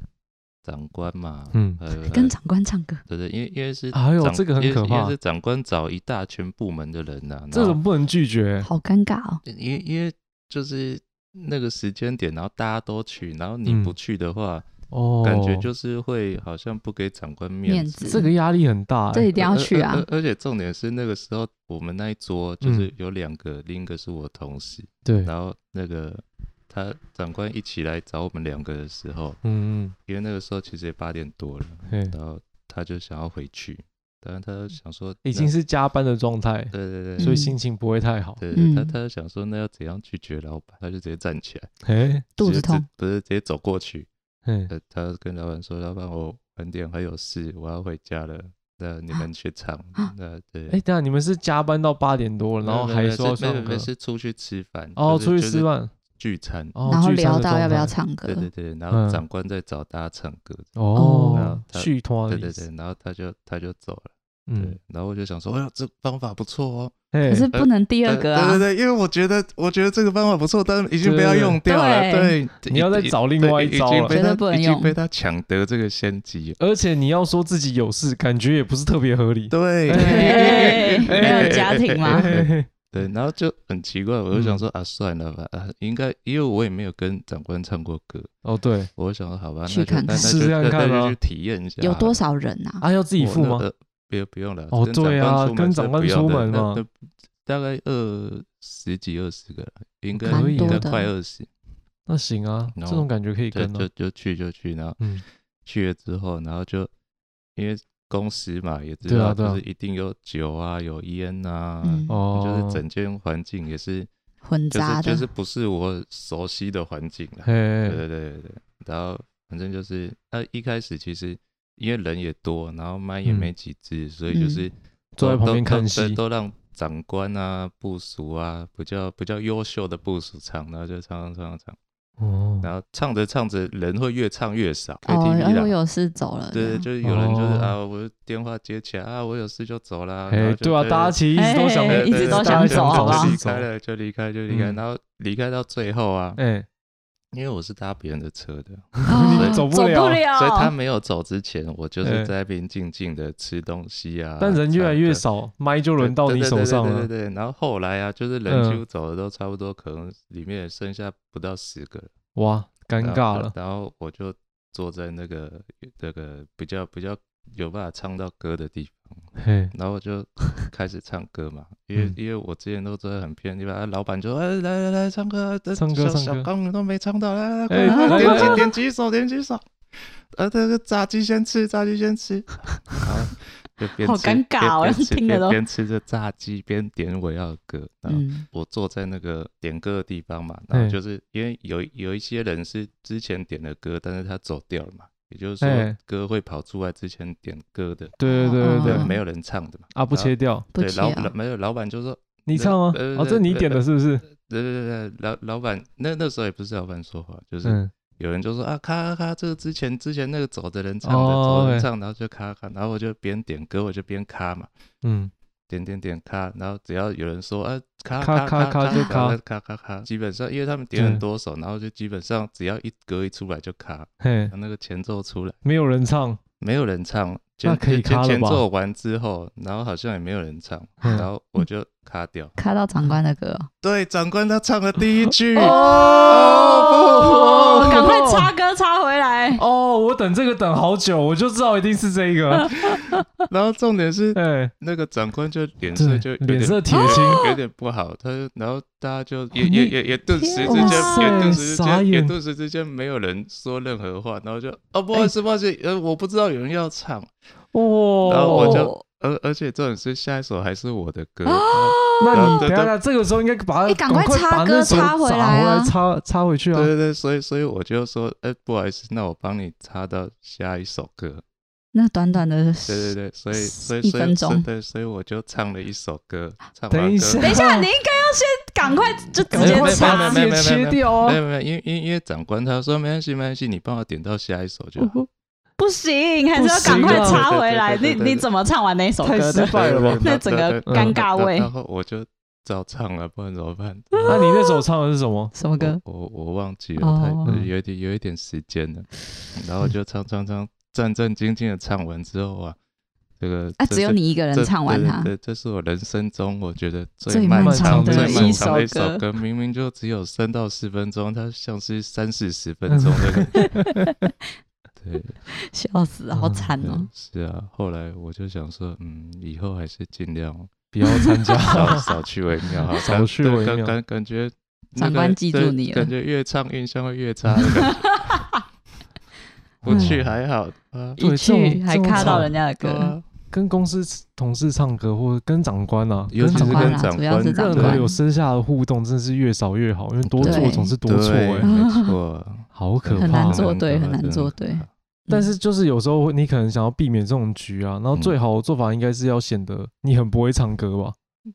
[SPEAKER 3] 长官嘛，
[SPEAKER 2] 嗯
[SPEAKER 3] 还有
[SPEAKER 1] 跟长官唱歌，
[SPEAKER 3] 对对，因为因为是
[SPEAKER 2] 哎呦
[SPEAKER 3] 呃长
[SPEAKER 2] 这个很
[SPEAKER 3] 因为
[SPEAKER 2] 可怕
[SPEAKER 3] 因为是长官找一大群部门的人呐、啊，
[SPEAKER 2] 这种不能拒绝。
[SPEAKER 1] 好尴尬哦。
[SPEAKER 3] 然后因为因为就是那个时间点，然后大家都去，然后你
[SPEAKER 2] 嗯
[SPEAKER 3] 不去的话，
[SPEAKER 2] 哦，
[SPEAKER 3] 感觉就是会好像不给长官面
[SPEAKER 1] 面
[SPEAKER 3] 子。
[SPEAKER 1] 子
[SPEAKER 2] 这个压力很大
[SPEAKER 3] 哎
[SPEAKER 2] 欸。
[SPEAKER 1] 这一定
[SPEAKER 3] 呃
[SPEAKER 1] 要去啊
[SPEAKER 3] 而！而而且重点是那个时候我们那一桌就是
[SPEAKER 2] 嗯
[SPEAKER 3] 有两个，另一个是我同事，
[SPEAKER 2] 对，嗯
[SPEAKER 3] 然后那个他长官一起来找我们两个的时候，
[SPEAKER 2] 嗯
[SPEAKER 3] 因为那个时候其实也八点多了，
[SPEAKER 2] 嗯，嘿，
[SPEAKER 3] 然后他就想要回去，但是他想说
[SPEAKER 2] 已经
[SPEAKER 3] 那
[SPEAKER 2] 是加班的状态，
[SPEAKER 3] 对对对，
[SPEAKER 2] 所
[SPEAKER 1] 嗯
[SPEAKER 2] 以心情不会太好。
[SPEAKER 3] 对对，他
[SPEAKER 1] 嗯
[SPEAKER 3] 他就想说那要怎样拒绝老板，他就直接站起来，
[SPEAKER 2] 嘿，
[SPEAKER 1] 肚
[SPEAKER 3] 直
[SPEAKER 1] 子
[SPEAKER 3] 接
[SPEAKER 1] 痛
[SPEAKER 3] 直，不是直接走过去，
[SPEAKER 2] 嘿，
[SPEAKER 3] 他他跟老板说，老板我晚点还有事，我要回家了，那
[SPEAKER 1] 啊
[SPEAKER 3] 你们去唱，那 对。
[SPEAKER 2] 哎，等一下你们是加班到八点多，
[SPEAKER 3] 没
[SPEAKER 2] 然
[SPEAKER 3] 有
[SPEAKER 2] 后
[SPEAKER 3] 没有
[SPEAKER 2] 还
[SPEAKER 3] 没有
[SPEAKER 2] 说要
[SPEAKER 3] 是没有
[SPEAKER 2] 唱
[SPEAKER 3] 没
[SPEAKER 2] 歌
[SPEAKER 3] 有，是出去吃饭
[SPEAKER 2] 哦，
[SPEAKER 3] 就
[SPEAKER 2] 出
[SPEAKER 3] 是
[SPEAKER 2] 去
[SPEAKER 3] 就
[SPEAKER 2] 吃
[SPEAKER 3] 是
[SPEAKER 2] 饭，
[SPEAKER 3] 聚餐，
[SPEAKER 2] 哦
[SPEAKER 1] 然后
[SPEAKER 2] 聚餐的
[SPEAKER 1] 聊到要不要
[SPEAKER 2] 状
[SPEAKER 1] 唱
[SPEAKER 2] 态
[SPEAKER 1] 歌
[SPEAKER 3] 对，对对，然
[SPEAKER 2] 嗯
[SPEAKER 3] 后长官在找大家唱歌，
[SPEAKER 2] 哦
[SPEAKER 3] 那，他
[SPEAKER 2] 续托的
[SPEAKER 3] 对
[SPEAKER 2] 意
[SPEAKER 3] 对
[SPEAKER 2] 思，
[SPEAKER 3] 对，然后他就他就走了，
[SPEAKER 2] 嗯
[SPEAKER 3] 对，，然后我就想说，哎呦，这方法不错哦，
[SPEAKER 2] 嘿
[SPEAKER 1] 可是不能第二
[SPEAKER 3] 呃
[SPEAKER 1] 个啊
[SPEAKER 3] 对。对对，因为我觉得我觉得这个方法不错，但已经被他用掉了，
[SPEAKER 1] 对
[SPEAKER 3] 对，
[SPEAKER 2] 你要再找另外一招
[SPEAKER 3] 已经
[SPEAKER 2] 了。
[SPEAKER 3] 被
[SPEAKER 1] 绝对
[SPEAKER 3] 他
[SPEAKER 1] 不能
[SPEAKER 3] 已
[SPEAKER 1] 用
[SPEAKER 3] 经被他抢得这个先机 了，
[SPEAKER 2] 而且你要说自己有事，感觉也不是特别合理。
[SPEAKER 3] 对
[SPEAKER 1] 对， 没有家庭吗？
[SPEAKER 2] 嘿嘿
[SPEAKER 3] 对，然后就很奇怪，我就
[SPEAKER 2] 嗯
[SPEAKER 3] 想说啊，算了吧，啊，应该因为我也没有跟长官唱过歌，
[SPEAKER 2] 哦，对，
[SPEAKER 3] 我想说好吧，
[SPEAKER 1] 去
[SPEAKER 3] 那就
[SPEAKER 1] 看
[SPEAKER 3] 那
[SPEAKER 1] 看
[SPEAKER 3] 那
[SPEAKER 2] 试
[SPEAKER 3] 就
[SPEAKER 2] 试看
[SPEAKER 3] 那
[SPEAKER 2] 看
[SPEAKER 3] 那
[SPEAKER 2] 啊
[SPEAKER 3] 就去体验一下，
[SPEAKER 1] 有多少人啊？
[SPEAKER 2] 啊，要自己付
[SPEAKER 3] 我
[SPEAKER 2] 吗
[SPEAKER 3] 那？呃不用不用了。
[SPEAKER 2] 哦
[SPEAKER 3] 跟
[SPEAKER 2] 对啊
[SPEAKER 3] 长官出门
[SPEAKER 2] 跟
[SPEAKER 3] 是
[SPEAKER 2] 长官
[SPEAKER 3] 不要
[SPEAKER 2] 出
[SPEAKER 3] 的
[SPEAKER 2] 门
[SPEAKER 3] 那
[SPEAKER 2] 嘛
[SPEAKER 3] 那大概二十几二十个了，应该
[SPEAKER 2] 蛮
[SPEAKER 3] 应该
[SPEAKER 2] 多
[SPEAKER 1] 的
[SPEAKER 3] 快二十。
[SPEAKER 2] 那行啊，这
[SPEAKER 3] 然后
[SPEAKER 2] 种感觉可以
[SPEAKER 3] 对，
[SPEAKER 2] 跟
[SPEAKER 3] 就
[SPEAKER 2] 啊。
[SPEAKER 3] 就去就去，然后
[SPEAKER 2] 嗯，
[SPEAKER 3] 去了之后，然后就因为公司嘛，也知
[SPEAKER 2] 对啊
[SPEAKER 3] 道
[SPEAKER 2] 对啊
[SPEAKER 3] 就是一定有酒啊，有烟啊，
[SPEAKER 1] 嗯，
[SPEAKER 2] 哦
[SPEAKER 3] 就，是，整间环境也是
[SPEAKER 1] 混
[SPEAKER 3] 就
[SPEAKER 1] 杂
[SPEAKER 3] 是
[SPEAKER 1] 的哦
[SPEAKER 3] 就，是不是我熟悉的环境了。对
[SPEAKER 2] 嘿，
[SPEAKER 3] 对对对对，然后反正就是呃一开始其实因为人也多，然后麦也
[SPEAKER 2] 嗯
[SPEAKER 3] 没几支，所以就
[SPEAKER 1] 嗯
[SPEAKER 3] 是
[SPEAKER 2] 坐在
[SPEAKER 3] 都
[SPEAKER 2] 旁边
[SPEAKER 3] 都
[SPEAKER 2] 看
[SPEAKER 3] 都
[SPEAKER 2] 戏
[SPEAKER 3] 对都让长官啊、部署啊、比较比较优秀的部署唱，然后就唱唱唱唱，
[SPEAKER 2] 哦，
[SPEAKER 3] 然后唱着唱着人会越唱越少
[SPEAKER 1] 哦，
[SPEAKER 3] ，KTV
[SPEAKER 1] 我
[SPEAKER 3] 啦。
[SPEAKER 1] 有事走了，
[SPEAKER 3] 对，就是有人就是、
[SPEAKER 2] 哦
[SPEAKER 3] 啊，我电话接起来啊，我有事就走啦。然
[SPEAKER 2] 哎
[SPEAKER 3] 后，就
[SPEAKER 2] 对啊，大家其实一直都想
[SPEAKER 1] 哎
[SPEAKER 3] 对，
[SPEAKER 1] 一直
[SPEAKER 3] 对
[SPEAKER 1] 都
[SPEAKER 2] 大
[SPEAKER 3] 对
[SPEAKER 1] 想
[SPEAKER 2] 家
[SPEAKER 3] 对
[SPEAKER 1] 走好不
[SPEAKER 3] 就
[SPEAKER 1] 好
[SPEAKER 3] 离
[SPEAKER 2] 一
[SPEAKER 3] 开
[SPEAKER 2] 直
[SPEAKER 3] 了就离开就离开，
[SPEAKER 2] 嗯
[SPEAKER 3] 然后离开到最后啊，
[SPEAKER 2] 哎，
[SPEAKER 3] 因为我是搭别人的车的，
[SPEAKER 1] 哦
[SPEAKER 2] 你
[SPEAKER 1] 走
[SPEAKER 2] 走不了
[SPEAKER 1] 不了，
[SPEAKER 3] 所以他没有走之前，我就是
[SPEAKER 2] 哎
[SPEAKER 3] 在那边静静的吃东西啊。
[SPEAKER 2] 但人越来
[SPEAKER 3] 唱
[SPEAKER 2] 越
[SPEAKER 3] 歌，
[SPEAKER 2] 少，麦就
[SPEAKER 3] 对
[SPEAKER 2] 轮到
[SPEAKER 3] 对
[SPEAKER 2] 你
[SPEAKER 3] 对
[SPEAKER 2] 手
[SPEAKER 3] 对
[SPEAKER 2] 上
[SPEAKER 3] 对
[SPEAKER 2] 了。
[SPEAKER 3] 对对。然后后来啊，就是人几
[SPEAKER 2] 嗯
[SPEAKER 3] 乎走的都差不多，可能里面也剩下不到十个人，啊
[SPEAKER 2] 哇，尴
[SPEAKER 3] 然后
[SPEAKER 2] 尬了。
[SPEAKER 3] 然后我就坐在那个那个比较比较有办法唱到歌的地方，
[SPEAKER 2] 嘿，
[SPEAKER 3] 然后我就开始唱歌 嘛，因为
[SPEAKER 2] 嗯
[SPEAKER 3] 因为我之前都坐在很偏的地方，啊老板就说哎来来来唱歌，这
[SPEAKER 2] 唱歌唱
[SPEAKER 3] 小
[SPEAKER 2] 歌
[SPEAKER 3] 小刚你都没唱到，来来来
[SPEAKER 2] 哎
[SPEAKER 3] 快快
[SPEAKER 2] 来
[SPEAKER 3] 快
[SPEAKER 2] 来
[SPEAKER 3] 点
[SPEAKER 2] 来
[SPEAKER 3] 几点几首点几首，呃这个炸鸡先吃炸鸡先吃，然后就边
[SPEAKER 1] 好
[SPEAKER 3] 吃
[SPEAKER 1] 尴
[SPEAKER 3] 边
[SPEAKER 1] 尬哦
[SPEAKER 3] 边吃
[SPEAKER 1] 听得
[SPEAKER 3] 边
[SPEAKER 1] 都
[SPEAKER 3] 边吃着炸鸡边点我要的歌，然后
[SPEAKER 1] 嗯，
[SPEAKER 3] 我坐在那个点歌的地方嘛，然后
[SPEAKER 2] 哎
[SPEAKER 3] 就是因为有有一些人是之前点的歌，但是他走掉了嘛，也就是
[SPEAKER 2] 哎
[SPEAKER 3] 说歌会跑出来之前点歌的。
[SPEAKER 2] 对对对对
[SPEAKER 3] 对，
[SPEAKER 1] 嗯
[SPEAKER 2] 对，
[SPEAKER 3] 没有人唱的嘛。
[SPEAKER 2] 啊，不切掉，
[SPEAKER 1] 不
[SPEAKER 3] 对，
[SPEAKER 1] 起
[SPEAKER 3] 老
[SPEAKER 1] 啊
[SPEAKER 3] 老，没有老板就说，
[SPEAKER 2] 你唱吗
[SPEAKER 3] 对？对
[SPEAKER 2] 哦，
[SPEAKER 3] 对
[SPEAKER 2] 这你点的是不是？
[SPEAKER 3] 对对对，对老老板那那时候也不是老板说话，就是
[SPEAKER 2] 嗯，
[SPEAKER 3] 有人就说啊咔咔咔，这个之前之前那个走的人唱的，
[SPEAKER 2] 哦
[SPEAKER 3] 走的人
[SPEAKER 2] OK
[SPEAKER 3] 唱，然后就咔咔，然后我就边点歌我就边咔嘛，
[SPEAKER 2] 嗯，
[SPEAKER 3] 点点点咔，然后只要有人说啊咔
[SPEAKER 2] 咔咔
[SPEAKER 3] 咔咔
[SPEAKER 2] 就咔
[SPEAKER 3] 咔咔咔咔，基本上因为他们点很多首，然后就基本上只要一歌一出来就咔，
[SPEAKER 2] 嘿，
[SPEAKER 3] 那个前奏出来
[SPEAKER 2] 没有人唱，
[SPEAKER 3] 没有人唱，
[SPEAKER 2] 那
[SPEAKER 3] 前
[SPEAKER 2] 可以
[SPEAKER 3] 前
[SPEAKER 2] 咔了
[SPEAKER 3] 前
[SPEAKER 2] 吧
[SPEAKER 3] 奏完之后，然后好像也没有人唱，
[SPEAKER 2] 嗯
[SPEAKER 3] 然后我就咔掉。
[SPEAKER 1] 看到长官的歌，
[SPEAKER 3] 对，长官他唱的第一 句，
[SPEAKER 1] 哦
[SPEAKER 2] 哦，
[SPEAKER 1] 赶快插歌插回来，
[SPEAKER 2] 哦，我等这个等好久，我就知道一定是这一个。
[SPEAKER 3] 然后重点是
[SPEAKER 2] 哎，
[SPEAKER 3] 那个长官就脸色
[SPEAKER 2] 对
[SPEAKER 3] 就有，点
[SPEAKER 2] 脸色铁
[SPEAKER 3] 有
[SPEAKER 2] 青，
[SPEAKER 3] 点有点不好，他就然后大家就
[SPEAKER 2] 哦
[SPEAKER 3] 也也也也顿时之
[SPEAKER 1] 哇
[SPEAKER 3] 间，
[SPEAKER 1] 塞
[SPEAKER 3] 也顿时之
[SPEAKER 2] 啊傻
[SPEAKER 3] 间，也
[SPEAKER 2] 眼
[SPEAKER 3] 顿时之间没有人说任何话，然后就哦不好意
[SPEAKER 2] 哎
[SPEAKER 3] 思不好意思，呃我不知道有人要唱，然后我
[SPEAKER 2] 哦，
[SPEAKER 3] 就而而且重点是下一首还是我的歌，
[SPEAKER 2] 那你
[SPEAKER 3] 然后
[SPEAKER 2] 等一下，这个时候应该把它
[SPEAKER 1] 哎赶快
[SPEAKER 2] 把
[SPEAKER 1] 插
[SPEAKER 2] 那
[SPEAKER 1] 歌
[SPEAKER 2] 首
[SPEAKER 1] 插回来
[SPEAKER 2] 砸回
[SPEAKER 1] 啊
[SPEAKER 2] 来，插插回去啊
[SPEAKER 3] 对。对对，所以所以我就说，呃不好意思，那我帮你插到下一首歌，
[SPEAKER 1] 那短短的，
[SPEAKER 3] 对对对，所以所以
[SPEAKER 1] 一
[SPEAKER 3] 所以
[SPEAKER 1] 分
[SPEAKER 3] 所以
[SPEAKER 1] 钟
[SPEAKER 3] 对，所以我就唱了一首歌，唱完
[SPEAKER 2] 等一
[SPEAKER 3] 歌
[SPEAKER 2] 下，
[SPEAKER 1] 等一下，你应该要先赶快就直
[SPEAKER 2] 赶
[SPEAKER 1] 接
[SPEAKER 2] 快把
[SPEAKER 1] 插
[SPEAKER 2] 自，己的切掉
[SPEAKER 1] 哦
[SPEAKER 3] 没
[SPEAKER 2] 啊！
[SPEAKER 3] 有没有，因为因为因为长官他说没关系没关系，你帮我点到下一首就好。
[SPEAKER 1] 不行，还是要赶快插回来。你你怎么唱完那首
[SPEAKER 2] 太
[SPEAKER 1] 歌
[SPEAKER 2] 失
[SPEAKER 1] 的？
[SPEAKER 2] 败了吧？
[SPEAKER 1] 那整个尴尬位
[SPEAKER 3] 然后我就照唱啊，不然怎么办？
[SPEAKER 2] 那、你那首唱的是什 么？
[SPEAKER 1] 什么歌？
[SPEAKER 3] 我我我忘记了，太
[SPEAKER 1] 哦
[SPEAKER 3] 呃有一点有一点时间了，然后就唱唱唱，战战兢兢的唱完之后啊，这个
[SPEAKER 1] 啊，
[SPEAKER 3] 这
[SPEAKER 1] 只有
[SPEAKER 3] 是
[SPEAKER 1] 你一个人
[SPEAKER 3] 这
[SPEAKER 1] 唱完啊它，
[SPEAKER 3] 对对，这是我人生中我觉得
[SPEAKER 1] 最
[SPEAKER 3] 最漫
[SPEAKER 2] 漫长
[SPEAKER 3] 长、
[SPEAKER 2] 的
[SPEAKER 3] 最
[SPEAKER 2] 一
[SPEAKER 3] 漫长的一
[SPEAKER 1] 首
[SPEAKER 3] 首
[SPEAKER 1] 歌
[SPEAKER 3] 歌，明明就只有三到四分钟，它像是三四十分钟那个。对，
[SPEAKER 1] 笑死，好惨
[SPEAKER 3] 对
[SPEAKER 1] 哦！
[SPEAKER 3] 是啊。后来我就想说，嗯，以后还是尽量
[SPEAKER 2] 不要参加，
[SPEAKER 3] 少 少去为妙，好
[SPEAKER 2] 少
[SPEAKER 3] 感
[SPEAKER 2] 去
[SPEAKER 3] 对
[SPEAKER 2] 为
[SPEAKER 3] 感
[SPEAKER 2] 妙
[SPEAKER 3] 感感觉那
[SPEAKER 1] 长
[SPEAKER 3] 个
[SPEAKER 1] 官记住
[SPEAKER 3] 对
[SPEAKER 1] 你了
[SPEAKER 3] 感，觉越唱印象会越差的感觉。 不
[SPEAKER 1] 嗯
[SPEAKER 3] 去还好啊，
[SPEAKER 2] 对
[SPEAKER 1] 一
[SPEAKER 2] 这种
[SPEAKER 1] 去还
[SPEAKER 2] 这种
[SPEAKER 1] 卡到
[SPEAKER 2] 吵
[SPEAKER 1] 人家的
[SPEAKER 3] 对
[SPEAKER 1] 歌，
[SPEAKER 3] 啊，
[SPEAKER 2] 跟公司同事唱歌，或者跟长官啊，
[SPEAKER 3] 尤其是
[SPEAKER 1] 长官
[SPEAKER 3] 跟
[SPEAKER 1] 啦
[SPEAKER 3] 长
[SPEAKER 1] 主要
[SPEAKER 3] 官
[SPEAKER 1] 是长
[SPEAKER 2] 任
[SPEAKER 1] 官
[SPEAKER 2] 何有私下的互动，真的是越少越好，因为多做
[SPEAKER 1] 对
[SPEAKER 2] 总是多错、
[SPEAKER 3] 对，
[SPEAKER 2] 欸，
[SPEAKER 3] 没错。
[SPEAKER 2] 好可怕、哦
[SPEAKER 1] 很难做
[SPEAKER 3] 啊真的
[SPEAKER 1] 对很难
[SPEAKER 3] 真的
[SPEAKER 1] 做对
[SPEAKER 2] 但是就是有时候你可能想要避免这种局啊，然
[SPEAKER 3] 嗯
[SPEAKER 2] 后最好的做法应该是要显得你很不会唱歌吧。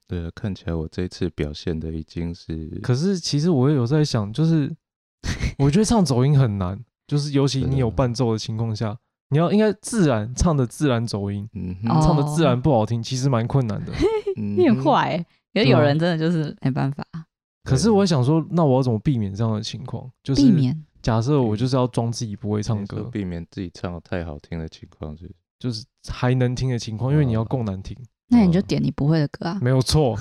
[SPEAKER 3] 对，啊看起来我这一次表现的已经是
[SPEAKER 2] 可是其实我也有在想，就是 我觉得唱走音很难，就是尤其你有伴奏的情况下，你要应该自然唱的自然走音，
[SPEAKER 3] 嗯哼，
[SPEAKER 1] 哦
[SPEAKER 2] 唱的自然不好听，其实蛮困 难的。
[SPEAKER 3] 嗯
[SPEAKER 1] 你很
[SPEAKER 3] 哼，
[SPEAKER 1] 坏欸。可是
[SPEAKER 2] 对啊
[SPEAKER 1] 有人真的就是没办法
[SPEAKER 2] 可是我想说，那我要怎么避免这样的情况？就是
[SPEAKER 1] 避免，
[SPEAKER 2] 假设我就是要装自己不会唱
[SPEAKER 3] 你说
[SPEAKER 2] 歌，
[SPEAKER 3] 避免自己唱的太好听的情况是
[SPEAKER 2] 就是还能听的情况，因为你
[SPEAKER 1] 嗯
[SPEAKER 2] 要够难听，
[SPEAKER 1] 那你就点你不会的歌啊。
[SPEAKER 3] 哦
[SPEAKER 2] 没有 错，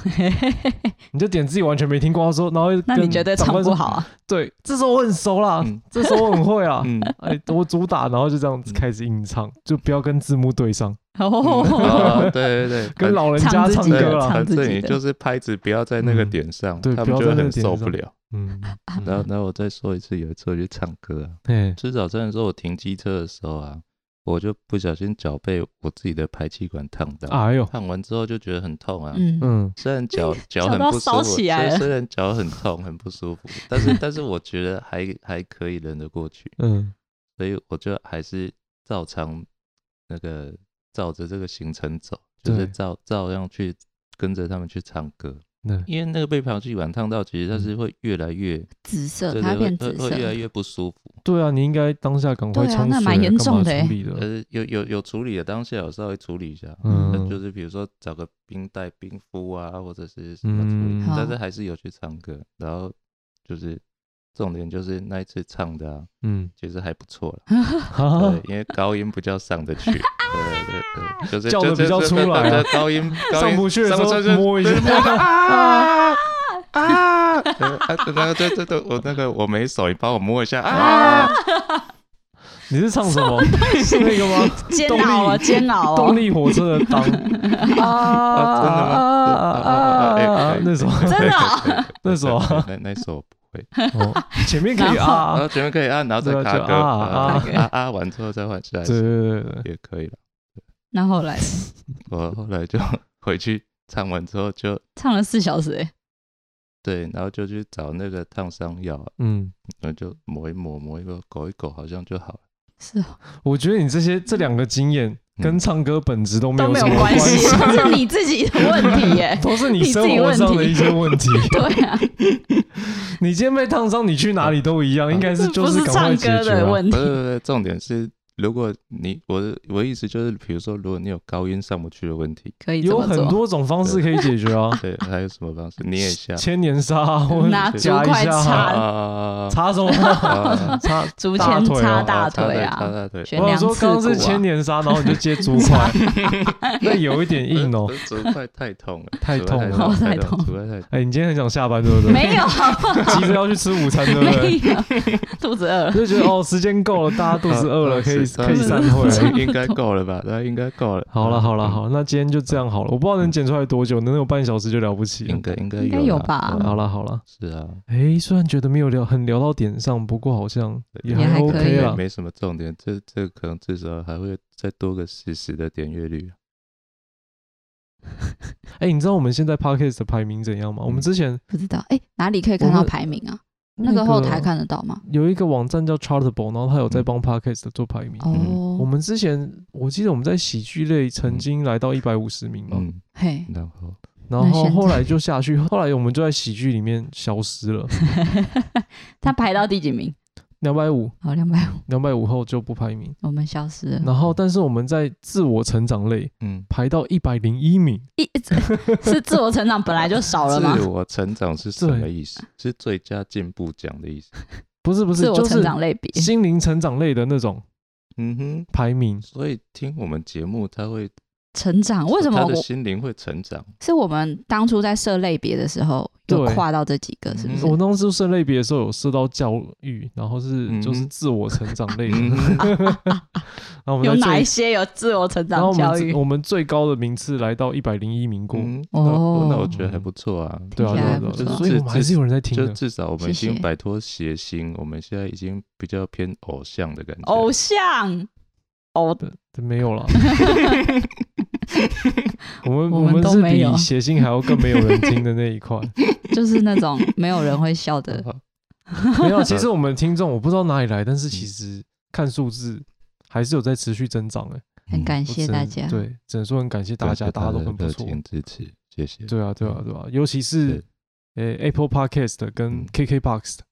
[SPEAKER 2] 你就点自己完全没听过，然后说，然后
[SPEAKER 1] 那你觉得
[SPEAKER 2] 跟长
[SPEAKER 1] 唱
[SPEAKER 2] 官
[SPEAKER 1] 不
[SPEAKER 2] 说？
[SPEAKER 1] 好啊？
[SPEAKER 2] 对，这首我很熟啦，
[SPEAKER 3] 嗯
[SPEAKER 2] 这首我很会啦。
[SPEAKER 3] 嗯，
[SPEAKER 2] 哎，我主打，然后就
[SPEAKER 1] 嗯
[SPEAKER 2] 这样子开始硬唱，就不要跟字幕对上，
[SPEAKER 1] 哦，
[SPEAKER 3] 哦，对对对，
[SPEAKER 2] 跟老人
[SPEAKER 1] 唱
[SPEAKER 2] 家
[SPEAKER 1] 自
[SPEAKER 2] 唱
[SPEAKER 1] 己的
[SPEAKER 2] 歌
[SPEAKER 1] 唱
[SPEAKER 2] 啦。
[SPEAKER 3] 反
[SPEAKER 1] 自
[SPEAKER 3] 正
[SPEAKER 1] 己
[SPEAKER 3] 你
[SPEAKER 1] 的
[SPEAKER 3] 就是拍子不要在那个
[SPEAKER 2] 嗯
[SPEAKER 3] 点上，
[SPEAKER 2] 对
[SPEAKER 3] 他
[SPEAKER 2] 不
[SPEAKER 3] 们
[SPEAKER 2] 要
[SPEAKER 3] 就
[SPEAKER 2] 在那
[SPEAKER 3] 很
[SPEAKER 2] 个点
[SPEAKER 3] 受
[SPEAKER 2] 上
[SPEAKER 3] 不了。
[SPEAKER 2] 嗯，
[SPEAKER 3] 然后，然后我再说一次，有一次我去唱歌啊，
[SPEAKER 2] 哎，
[SPEAKER 3] 吃早餐的时候，我停机车的时候啊，我就不小心脚被我自己的排气管烫到，
[SPEAKER 2] 哎呦，
[SPEAKER 3] 烫完之后就觉得很痛啊，
[SPEAKER 1] 嗯，
[SPEAKER 2] 嗯，
[SPEAKER 3] 虽然 脚脚
[SPEAKER 1] 脚
[SPEAKER 3] 很
[SPEAKER 1] 都要
[SPEAKER 3] 不舒
[SPEAKER 1] 烧
[SPEAKER 3] 服，
[SPEAKER 1] 起来了
[SPEAKER 3] 虽虽然脚很痛很不舒服，但是但是我觉得还还可以忍得过去，
[SPEAKER 2] 嗯，
[SPEAKER 3] 所以我就还是照常那个照着这个行程走，就是
[SPEAKER 2] 对
[SPEAKER 3] 照照样去跟着他们去唱歌，
[SPEAKER 2] 那
[SPEAKER 3] 因为那个被排气管烫到，其实它是会越来越，
[SPEAKER 1] 紫色，
[SPEAKER 3] 对
[SPEAKER 1] 它
[SPEAKER 3] 对，
[SPEAKER 1] 变
[SPEAKER 3] 会
[SPEAKER 1] 紫
[SPEAKER 3] 会
[SPEAKER 1] 色
[SPEAKER 3] 会，越来越不舒服。
[SPEAKER 2] 对啊，你应该当下赶快
[SPEAKER 1] 对啊
[SPEAKER 2] 冲
[SPEAKER 1] 那
[SPEAKER 2] 水，
[SPEAKER 1] 蛮严重的
[SPEAKER 2] 干
[SPEAKER 1] 欸
[SPEAKER 2] 嘛处理的，
[SPEAKER 3] 呃，有有有处理的，当下有稍微处理一下，
[SPEAKER 2] 嗯，
[SPEAKER 3] 就是比如说找个冰袋冰敷啊，或者是什么处
[SPEAKER 2] 嗯
[SPEAKER 3] 理，但是还是有去唱歌，然后就是重点就是那一次唱的、啊、
[SPEAKER 2] 嗯，
[SPEAKER 3] 其实还不错了，
[SPEAKER 2] 哈哈
[SPEAKER 3] 对，因为高音比较上得去，对对对，就 是
[SPEAKER 2] 叫得
[SPEAKER 3] 就
[SPEAKER 2] 比较
[SPEAKER 3] 就
[SPEAKER 2] 出来啊
[SPEAKER 3] 就就 高音高
[SPEAKER 2] 上
[SPEAKER 3] 音
[SPEAKER 2] 不去的时
[SPEAKER 3] 上
[SPEAKER 2] 候
[SPEAKER 3] 上上
[SPEAKER 2] 摸一下
[SPEAKER 3] 对，摸到啊啊，对啊那个对对对，我那个我没手，你帮我摸一下啊，
[SPEAKER 2] 你是唱 什么？是那个吗？
[SPEAKER 1] 煎熬啊，
[SPEAKER 2] 动力
[SPEAKER 1] 煎熬 啊
[SPEAKER 2] 动，力火车 的当啊
[SPEAKER 3] 啊真的吗
[SPEAKER 2] 啊啊
[SPEAKER 3] 哎哎
[SPEAKER 2] 啊
[SPEAKER 3] 哎！
[SPEAKER 2] 那首
[SPEAKER 1] 真的哦
[SPEAKER 3] 对对对对
[SPEAKER 2] 那首啊
[SPEAKER 3] 对那那首我不会。
[SPEAKER 2] 哦前面可以
[SPEAKER 3] 然
[SPEAKER 2] 啊，
[SPEAKER 3] 后前面可以按，然后再
[SPEAKER 2] 对啊
[SPEAKER 3] 卡
[SPEAKER 2] 就
[SPEAKER 3] 歌，
[SPEAKER 2] 啊
[SPEAKER 3] 啊
[SPEAKER 1] 啊
[SPEAKER 3] 啊啊，完之后再换下一
[SPEAKER 2] 对对
[SPEAKER 3] 首
[SPEAKER 2] 对对对，
[SPEAKER 3] 也可以了。
[SPEAKER 1] 那后来
[SPEAKER 3] 我后来就回去唱完之后就
[SPEAKER 1] 唱了四小时欸，
[SPEAKER 3] 对，然后就去找那个烫伤药啊，
[SPEAKER 2] 嗯，
[SPEAKER 3] 然后就抹一抹，抹一抹，搞一搞，好像就好了。
[SPEAKER 1] 是哦
[SPEAKER 2] 我觉得你这些这两个经验
[SPEAKER 3] 嗯
[SPEAKER 2] 跟唱歌本质都没
[SPEAKER 1] 都
[SPEAKER 2] 有
[SPEAKER 1] 没
[SPEAKER 2] 什
[SPEAKER 1] 有
[SPEAKER 2] 么
[SPEAKER 1] 关
[SPEAKER 2] 系。
[SPEAKER 1] 系，， 是你自己的问题耶
[SPEAKER 2] 都是你
[SPEAKER 1] 你自
[SPEAKER 2] 生
[SPEAKER 1] 己
[SPEAKER 2] 活
[SPEAKER 1] 问
[SPEAKER 2] 上的
[SPEAKER 1] 题
[SPEAKER 2] 一些问题。
[SPEAKER 1] 对啊，
[SPEAKER 2] 你今天被烫伤，你去哪里都一样，应该是就
[SPEAKER 1] 嗯不是
[SPEAKER 2] 赶
[SPEAKER 1] 唱
[SPEAKER 2] 快解
[SPEAKER 1] 歌
[SPEAKER 2] 决
[SPEAKER 1] 的
[SPEAKER 2] 啊。
[SPEAKER 1] 问 题
[SPEAKER 3] 不是不，是不是，重点是，如果你我的我的意思就是，比如说，如果你有高音上不去的问题，
[SPEAKER 1] 可以这
[SPEAKER 2] 有
[SPEAKER 1] 么
[SPEAKER 2] 很
[SPEAKER 1] 做。
[SPEAKER 2] 多种方式可以解决啊，
[SPEAKER 3] 对，还有什么方式捏一下
[SPEAKER 2] 千年沙啊 或者
[SPEAKER 1] 拿
[SPEAKER 2] 夹
[SPEAKER 1] 竹
[SPEAKER 2] 一
[SPEAKER 1] 筷
[SPEAKER 2] 下
[SPEAKER 3] 啊
[SPEAKER 2] 啊
[SPEAKER 1] 插
[SPEAKER 2] 擦
[SPEAKER 3] 啊
[SPEAKER 2] 什么？
[SPEAKER 3] 啊，
[SPEAKER 2] 擦
[SPEAKER 1] 竹
[SPEAKER 2] 大
[SPEAKER 1] 签
[SPEAKER 2] 腿
[SPEAKER 1] 插
[SPEAKER 2] 哦
[SPEAKER 1] 大
[SPEAKER 3] 插
[SPEAKER 1] 腿
[SPEAKER 3] 插
[SPEAKER 1] 啊，
[SPEAKER 3] 大腿，
[SPEAKER 1] 悬
[SPEAKER 2] 我想
[SPEAKER 1] 梁
[SPEAKER 2] 说
[SPEAKER 1] 刺
[SPEAKER 2] 刚刚
[SPEAKER 1] 骨
[SPEAKER 2] 是千
[SPEAKER 1] 啊，
[SPEAKER 2] 年 沙，然后你就接竹筷，那有一点硬哦。
[SPEAKER 3] 竹块太痛了，
[SPEAKER 2] 太痛了
[SPEAKER 1] 哦
[SPEAKER 3] 太
[SPEAKER 1] 太痛
[SPEAKER 3] 竹块太痛。
[SPEAKER 2] 哎，你今天很想下班对不对？
[SPEAKER 1] 没有，好不好
[SPEAKER 2] 急着要去吃午餐对 不
[SPEAKER 1] 没
[SPEAKER 2] 对？
[SPEAKER 1] 有，肚子饿了。
[SPEAKER 2] 就觉得哦，时间够了，大家肚子饿 了，可以可以散会了。
[SPEAKER 3] 应该够了吧？那应该够了。
[SPEAKER 2] 好了好了，好，那今天就这样好了。我不知道能剪出来多久，能有半小时就了不起了
[SPEAKER 3] 应。该应该
[SPEAKER 1] 应该有
[SPEAKER 3] 有
[SPEAKER 1] 吧
[SPEAKER 3] 啦
[SPEAKER 2] 好，了好了，
[SPEAKER 3] 是啊，
[SPEAKER 2] 哎，虽然觉得没有聊很聊到点上，不过好像也
[SPEAKER 1] 也还
[SPEAKER 2] 还
[SPEAKER 1] 可以
[SPEAKER 2] OK
[SPEAKER 1] 啊
[SPEAKER 2] 啦。
[SPEAKER 3] 没什么重点，这这可能至少还会再多个四十的点阅率。
[SPEAKER 2] 哎，你知道我们现在 Podcast 的排名怎样吗？我们之前
[SPEAKER 1] 不知道哎、哪里可以看
[SPEAKER 2] 我
[SPEAKER 1] 到
[SPEAKER 2] 们
[SPEAKER 1] 排名啊？那个后台看得到吗？
[SPEAKER 2] 有一个网站叫 Chartable，然后它有在帮 Podcast 做排名。
[SPEAKER 3] 嗯
[SPEAKER 1] 哦，
[SPEAKER 2] 我们之前我记得我们在喜剧类曾经来到一百五十名嘛，
[SPEAKER 3] 嗯，
[SPEAKER 1] 嘿，
[SPEAKER 3] 然后
[SPEAKER 2] 然
[SPEAKER 1] 那
[SPEAKER 2] 后
[SPEAKER 1] 现在
[SPEAKER 2] 后来就下去，后来我们就在喜剧里面消失了。
[SPEAKER 1] 他排到第几名？
[SPEAKER 2] 两百五，
[SPEAKER 1] 好，两百五，
[SPEAKER 2] 两百五后就不排名。
[SPEAKER 1] 我们消失了。
[SPEAKER 2] 然后，但是我们在自我成长类
[SPEAKER 3] 嗯，
[SPEAKER 2] 排到一百零一名，
[SPEAKER 1] 一 是自我成长本来就少了吗
[SPEAKER 3] 自？我成长是什么意思？是最佳进步奖的意思。
[SPEAKER 2] 不是不是，
[SPEAKER 1] 自我
[SPEAKER 2] 就
[SPEAKER 1] 成
[SPEAKER 2] 是
[SPEAKER 1] 长类比，
[SPEAKER 2] 心灵成长类的那种
[SPEAKER 3] 嗯哼，
[SPEAKER 2] 排名。
[SPEAKER 3] 所以听我们节目，他会
[SPEAKER 1] 成长为什么
[SPEAKER 3] 他的
[SPEAKER 1] 我
[SPEAKER 3] 心灵会成长？
[SPEAKER 1] 是我们当初在设类别的时候有
[SPEAKER 2] 对
[SPEAKER 1] 跨到这几个，是不
[SPEAKER 3] 嗯
[SPEAKER 1] 是？
[SPEAKER 2] 我当时设类别的时候有设到教育，然后是
[SPEAKER 3] 嗯
[SPEAKER 2] 就是自我成长类的，
[SPEAKER 3] 嗯
[SPEAKER 2] 然
[SPEAKER 1] 啊
[SPEAKER 3] 哼，
[SPEAKER 2] 后我们
[SPEAKER 1] 有
[SPEAKER 2] 在
[SPEAKER 1] 哪
[SPEAKER 2] 最
[SPEAKER 1] 一些有自我成
[SPEAKER 2] 然后
[SPEAKER 1] 长教
[SPEAKER 2] 我们
[SPEAKER 1] 育
[SPEAKER 2] 最？我们最高的名次来到一百零一名过，
[SPEAKER 3] 嗯那
[SPEAKER 1] 哦
[SPEAKER 3] 那我觉得还不错啊。
[SPEAKER 2] 对啊，
[SPEAKER 1] 听
[SPEAKER 2] 对
[SPEAKER 1] 起来
[SPEAKER 2] 啊，
[SPEAKER 1] 还不
[SPEAKER 2] 对啊
[SPEAKER 1] 错
[SPEAKER 2] 所以我们还是有人在听
[SPEAKER 3] 就
[SPEAKER 2] 的。
[SPEAKER 3] 至少我们
[SPEAKER 1] 谢
[SPEAKER 3] 已
[SPEAKER 1] 谢
[SPEAKER 3] 经摆脱谐星，我们现在已经比较偏偶像的感觉。
[SPEAKER 1] 偶像，偶
[SPEAKER 2] 对对没有 了，我们
[SPEAKER 1] 我
[SPEAKER 2] 我
[SPEAKER 1] 们
[SPEAKER 2] 们
[SPEAKER 1] 都
[SPEAKER 2] 是
[SPEAKER 1] 没有
[SPEAKER 2] 比谐星还要更没有人听的那一 块。
[SPEAKER 1] 就是那种没有人会笑 的
[SPEAKER 2] 嗯
[SPEAKER 3] 好
[SPEAKER 2] 没 有，啊其实我们听众我不知道哪里来，但是
[SPEAKER 3] 嗯
[SPEAKER 2] 其实看数字还是有在持续增长哎、
[SPEAKER 1] 很感
[SPEAKER 2] 我
[SPEAKER 1] 谢
[SPEAKER 2] 只能
[SPEAKER 1] 大家。
[SPEAKER 2] 对，只能说很感谢大家，
[SPEAKER 3] 嗯对
[SPEAKER 2] 大家都很不
[SPEAKER 3] 热
[SPEAKER 2] 错。
[SPEAKER 3] 情支持，谢谢。
[SPEAKER 2] 对啊，对啊，对啊，尤其是
[SPEAKER 3] 嗯
[SPEAKER 2] 呃、
[SPEAKER 3] 对
[SPEAKER 2] Apple Podcast 的跟
[SPEAKER 3] 嗯
[SPEAKER 2] KKBox 的、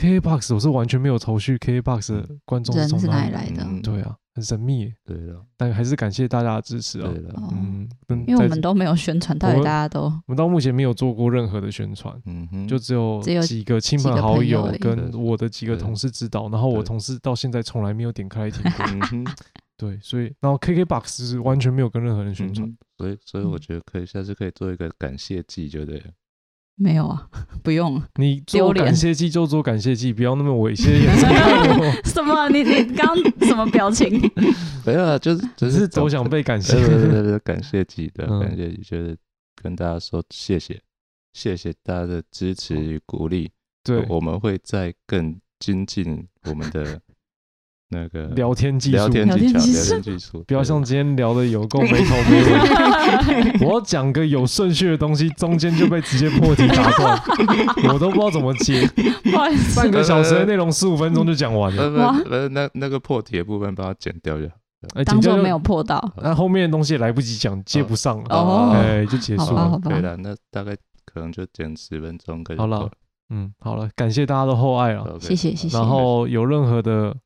[SPEAKER 2] KKBox 我是完全没有头绪，KKBox 的观众
[SPEAKER 1] 人
[SPEAKER 2] 从
[SPEAKER 1] 是
[SPEAKER 2] 哪
[SPEAKER 1] 哪
[SPEAKER 2] 里
[SPEAKER 1] 里来的？
[SPEAKER 3] 嗯
[SPEAKER 2] 对啊，很神秘耶，
[SPEAKER 3] 对了，
[SPEAKER 2] 但还是感谢大家的支持
[SPEAKER 3] 对
[SPEAKER 2] 啊。
[SPEAKER 3] 了，
[SPEAKER 1] 哦
[SPEAKER 2] 嗯，跟
[SPEAKER 1] 因为我
[SPEAKER 2] 在
[SPEAKER 1] 们都没有宣传，到底
[SPEAKER 2] 我们
[SPEAKER 1] 大家都
[SPEAKER 2] 我们到目前没有做过任何的宣传，
[SPEAKER 3] 嗯哼，
[SPEAKER 2] 就只有
[SPEAKER 1] 只有
[SPEAKER 2] 几个亲
[SPEAKER 1] 几
[SPEAKER 2] 朋
[SPEAKER 1] 个
[SPEAKER 2] 好
[SPEAKER 1] 朋友
[SPEAKER 2] 友
[SPEAKER 1] 而已
[SPEAKER 2] 跟我的几个
[SPEAKER 3] 对
[SPEAKER 2] 同事知道，然后我
[SPEAKER 3] 对
[SPEAKER 2] 同事到现在从来没有点开 来听过。
[SPEAKER 3] 嗯哼，
[SPEAKER 2] 对，所以然后 KKBox 就是完全没有跟任何人宣
[SPEAKER 3] 嗯
[SPEAKER 2] 传。
[SPEAKER 3] 哼所以，所以我
[SPEAKER 1] 嗯
[SPEAKER 3] 觉得可以下次可以做一个感谢季，就对了。
[SPEAKER 1] 没有啊， 不用了
[SPEAKER 2] 你
[SPEAKER 1] 丢
[SPEAKER 2] 做
[SPEAKER 1] 脸
[SPEAKER 2] 感谢祭就做感谢祭，不要那么 猥亵的哦眼神看我。
[SPEAKER 1] 什么？啊你你刚什么表 情？
[SPEAKER 3] 没有啊， 就是
[SPEAKER 2] 只
[SPEAKER 3] 只
[SPEAKER 2] 是都想
[SPEAKER 3] 想
[SPEAKER 2] 被感谢
[SPEAKER 3] 对。对对 对，感谢季的，
[SPEAKER 2] 嗯
[SPEAKER 3] 感谢季就是跟大家说谢谢，谢谢大家的支持与鼓励，
[SPEAKER 2] 对，
[SPEAKER 3] 我们会再更精进我们的 那个
[SPEAKER 2] 聊天技
[SPEAKER 3] 聊
[SPEAKER 2] 术，
[SPEAKER 3] 天
[SPEAKER 1] 聊
[SPEAKER 3] 技
[SPEAKER 1] 天
[SPEAKER 3] 巧，
[SPEAKER 1] 技
[SPEAKER 3] 聊
[SPEAKER 1] 术
[SPEAKER 3] 天技术，
[SPEAKER 2] 不要
[SPEAKER 3] 对
[SPEAKER 2] 像今天聊的有够没头没尾。我要讲个有顺序的东西，中间就被直接破题打断，我都不知道怎么接。
[SPEAKER 1] 不好意思，
[SPEAKER 2] 半个小时的内容，十五分钟就讲完了
[SPEAKER 3] 不。
[SPEAKER 1] 哇
[SPEAKER 3] 呃不不，那那个破题的部分把它剪掉就好。
[SPEAKER 2] 哎，
[SPEAKER 1] 当
[SPEAKER 2] 紧接
[SPEAKER 1] 做
[SPEAKER 2] 着
[SPEAKER 1] 没有破到。
[SPEAKER 2] 那后面的东西也来不及讲，接不上了，
[SPEAKER 1] 哦
[SPEAKER 2] 哎，就结束
[SPEAKER 1] 好吧好
[SPEAKER 2] 了。
[SPEAKER 1] 吧
[SPEAKER 3] 对了，那大概可能就剪十分钟，可以
[SPEAKER 2] 好了，嗯，好了，感谢大家的厚爱啊。
[SPEAKER 3] OK，嗯
[SPEAKER 1] 谢谢谢谢
[SPEAKER 2] 然后有任何的，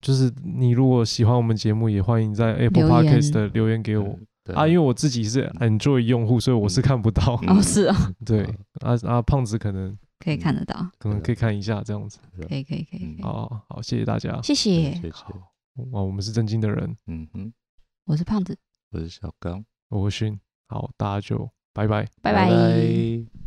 [SPEAKER 2] 就是你如果喜欢我们节目，也欢迎在 Apple
[SPEAKER 1] 留言
[SPEAKER 2] Podcast 的留言给我
[SPEAKER 3] 对
[SPEAKER 2] 啊，因为我自己是 Android 用户，所以我是看不到。
[SPEAKER 3] 嗯
[SPEAKER 1] 哦，是哦，
[SPEAKER 2] 对啊啊，胖子可能
[SPEAKER 1] 可以看得到，
[SPEAKER 2] 可能可以看一下这样子。
[SPEAKER 1] 可以可以可以。可以
[SPEAKER 3] 嗯
[SPEAKER 2] 好好，谢谢大家。
[SPEAKER 1] 谢
[SPEAKER 3] 谢
[SPEAKER 1] 谢，
[SPEAKER 3] 谢，
[SPEAKER 2] 好，哇，我们是正经的人，
[SPEAKER 3] 嗯哼，
[SPEAKER 1] 我是胖子，
[SPEAKER 3] 我是小刚，
[SPEAKER 2] 我是勋。好，大家就拜拜。
[SPEAKER 1] 拜拜。
[SPEAKER 3] 拜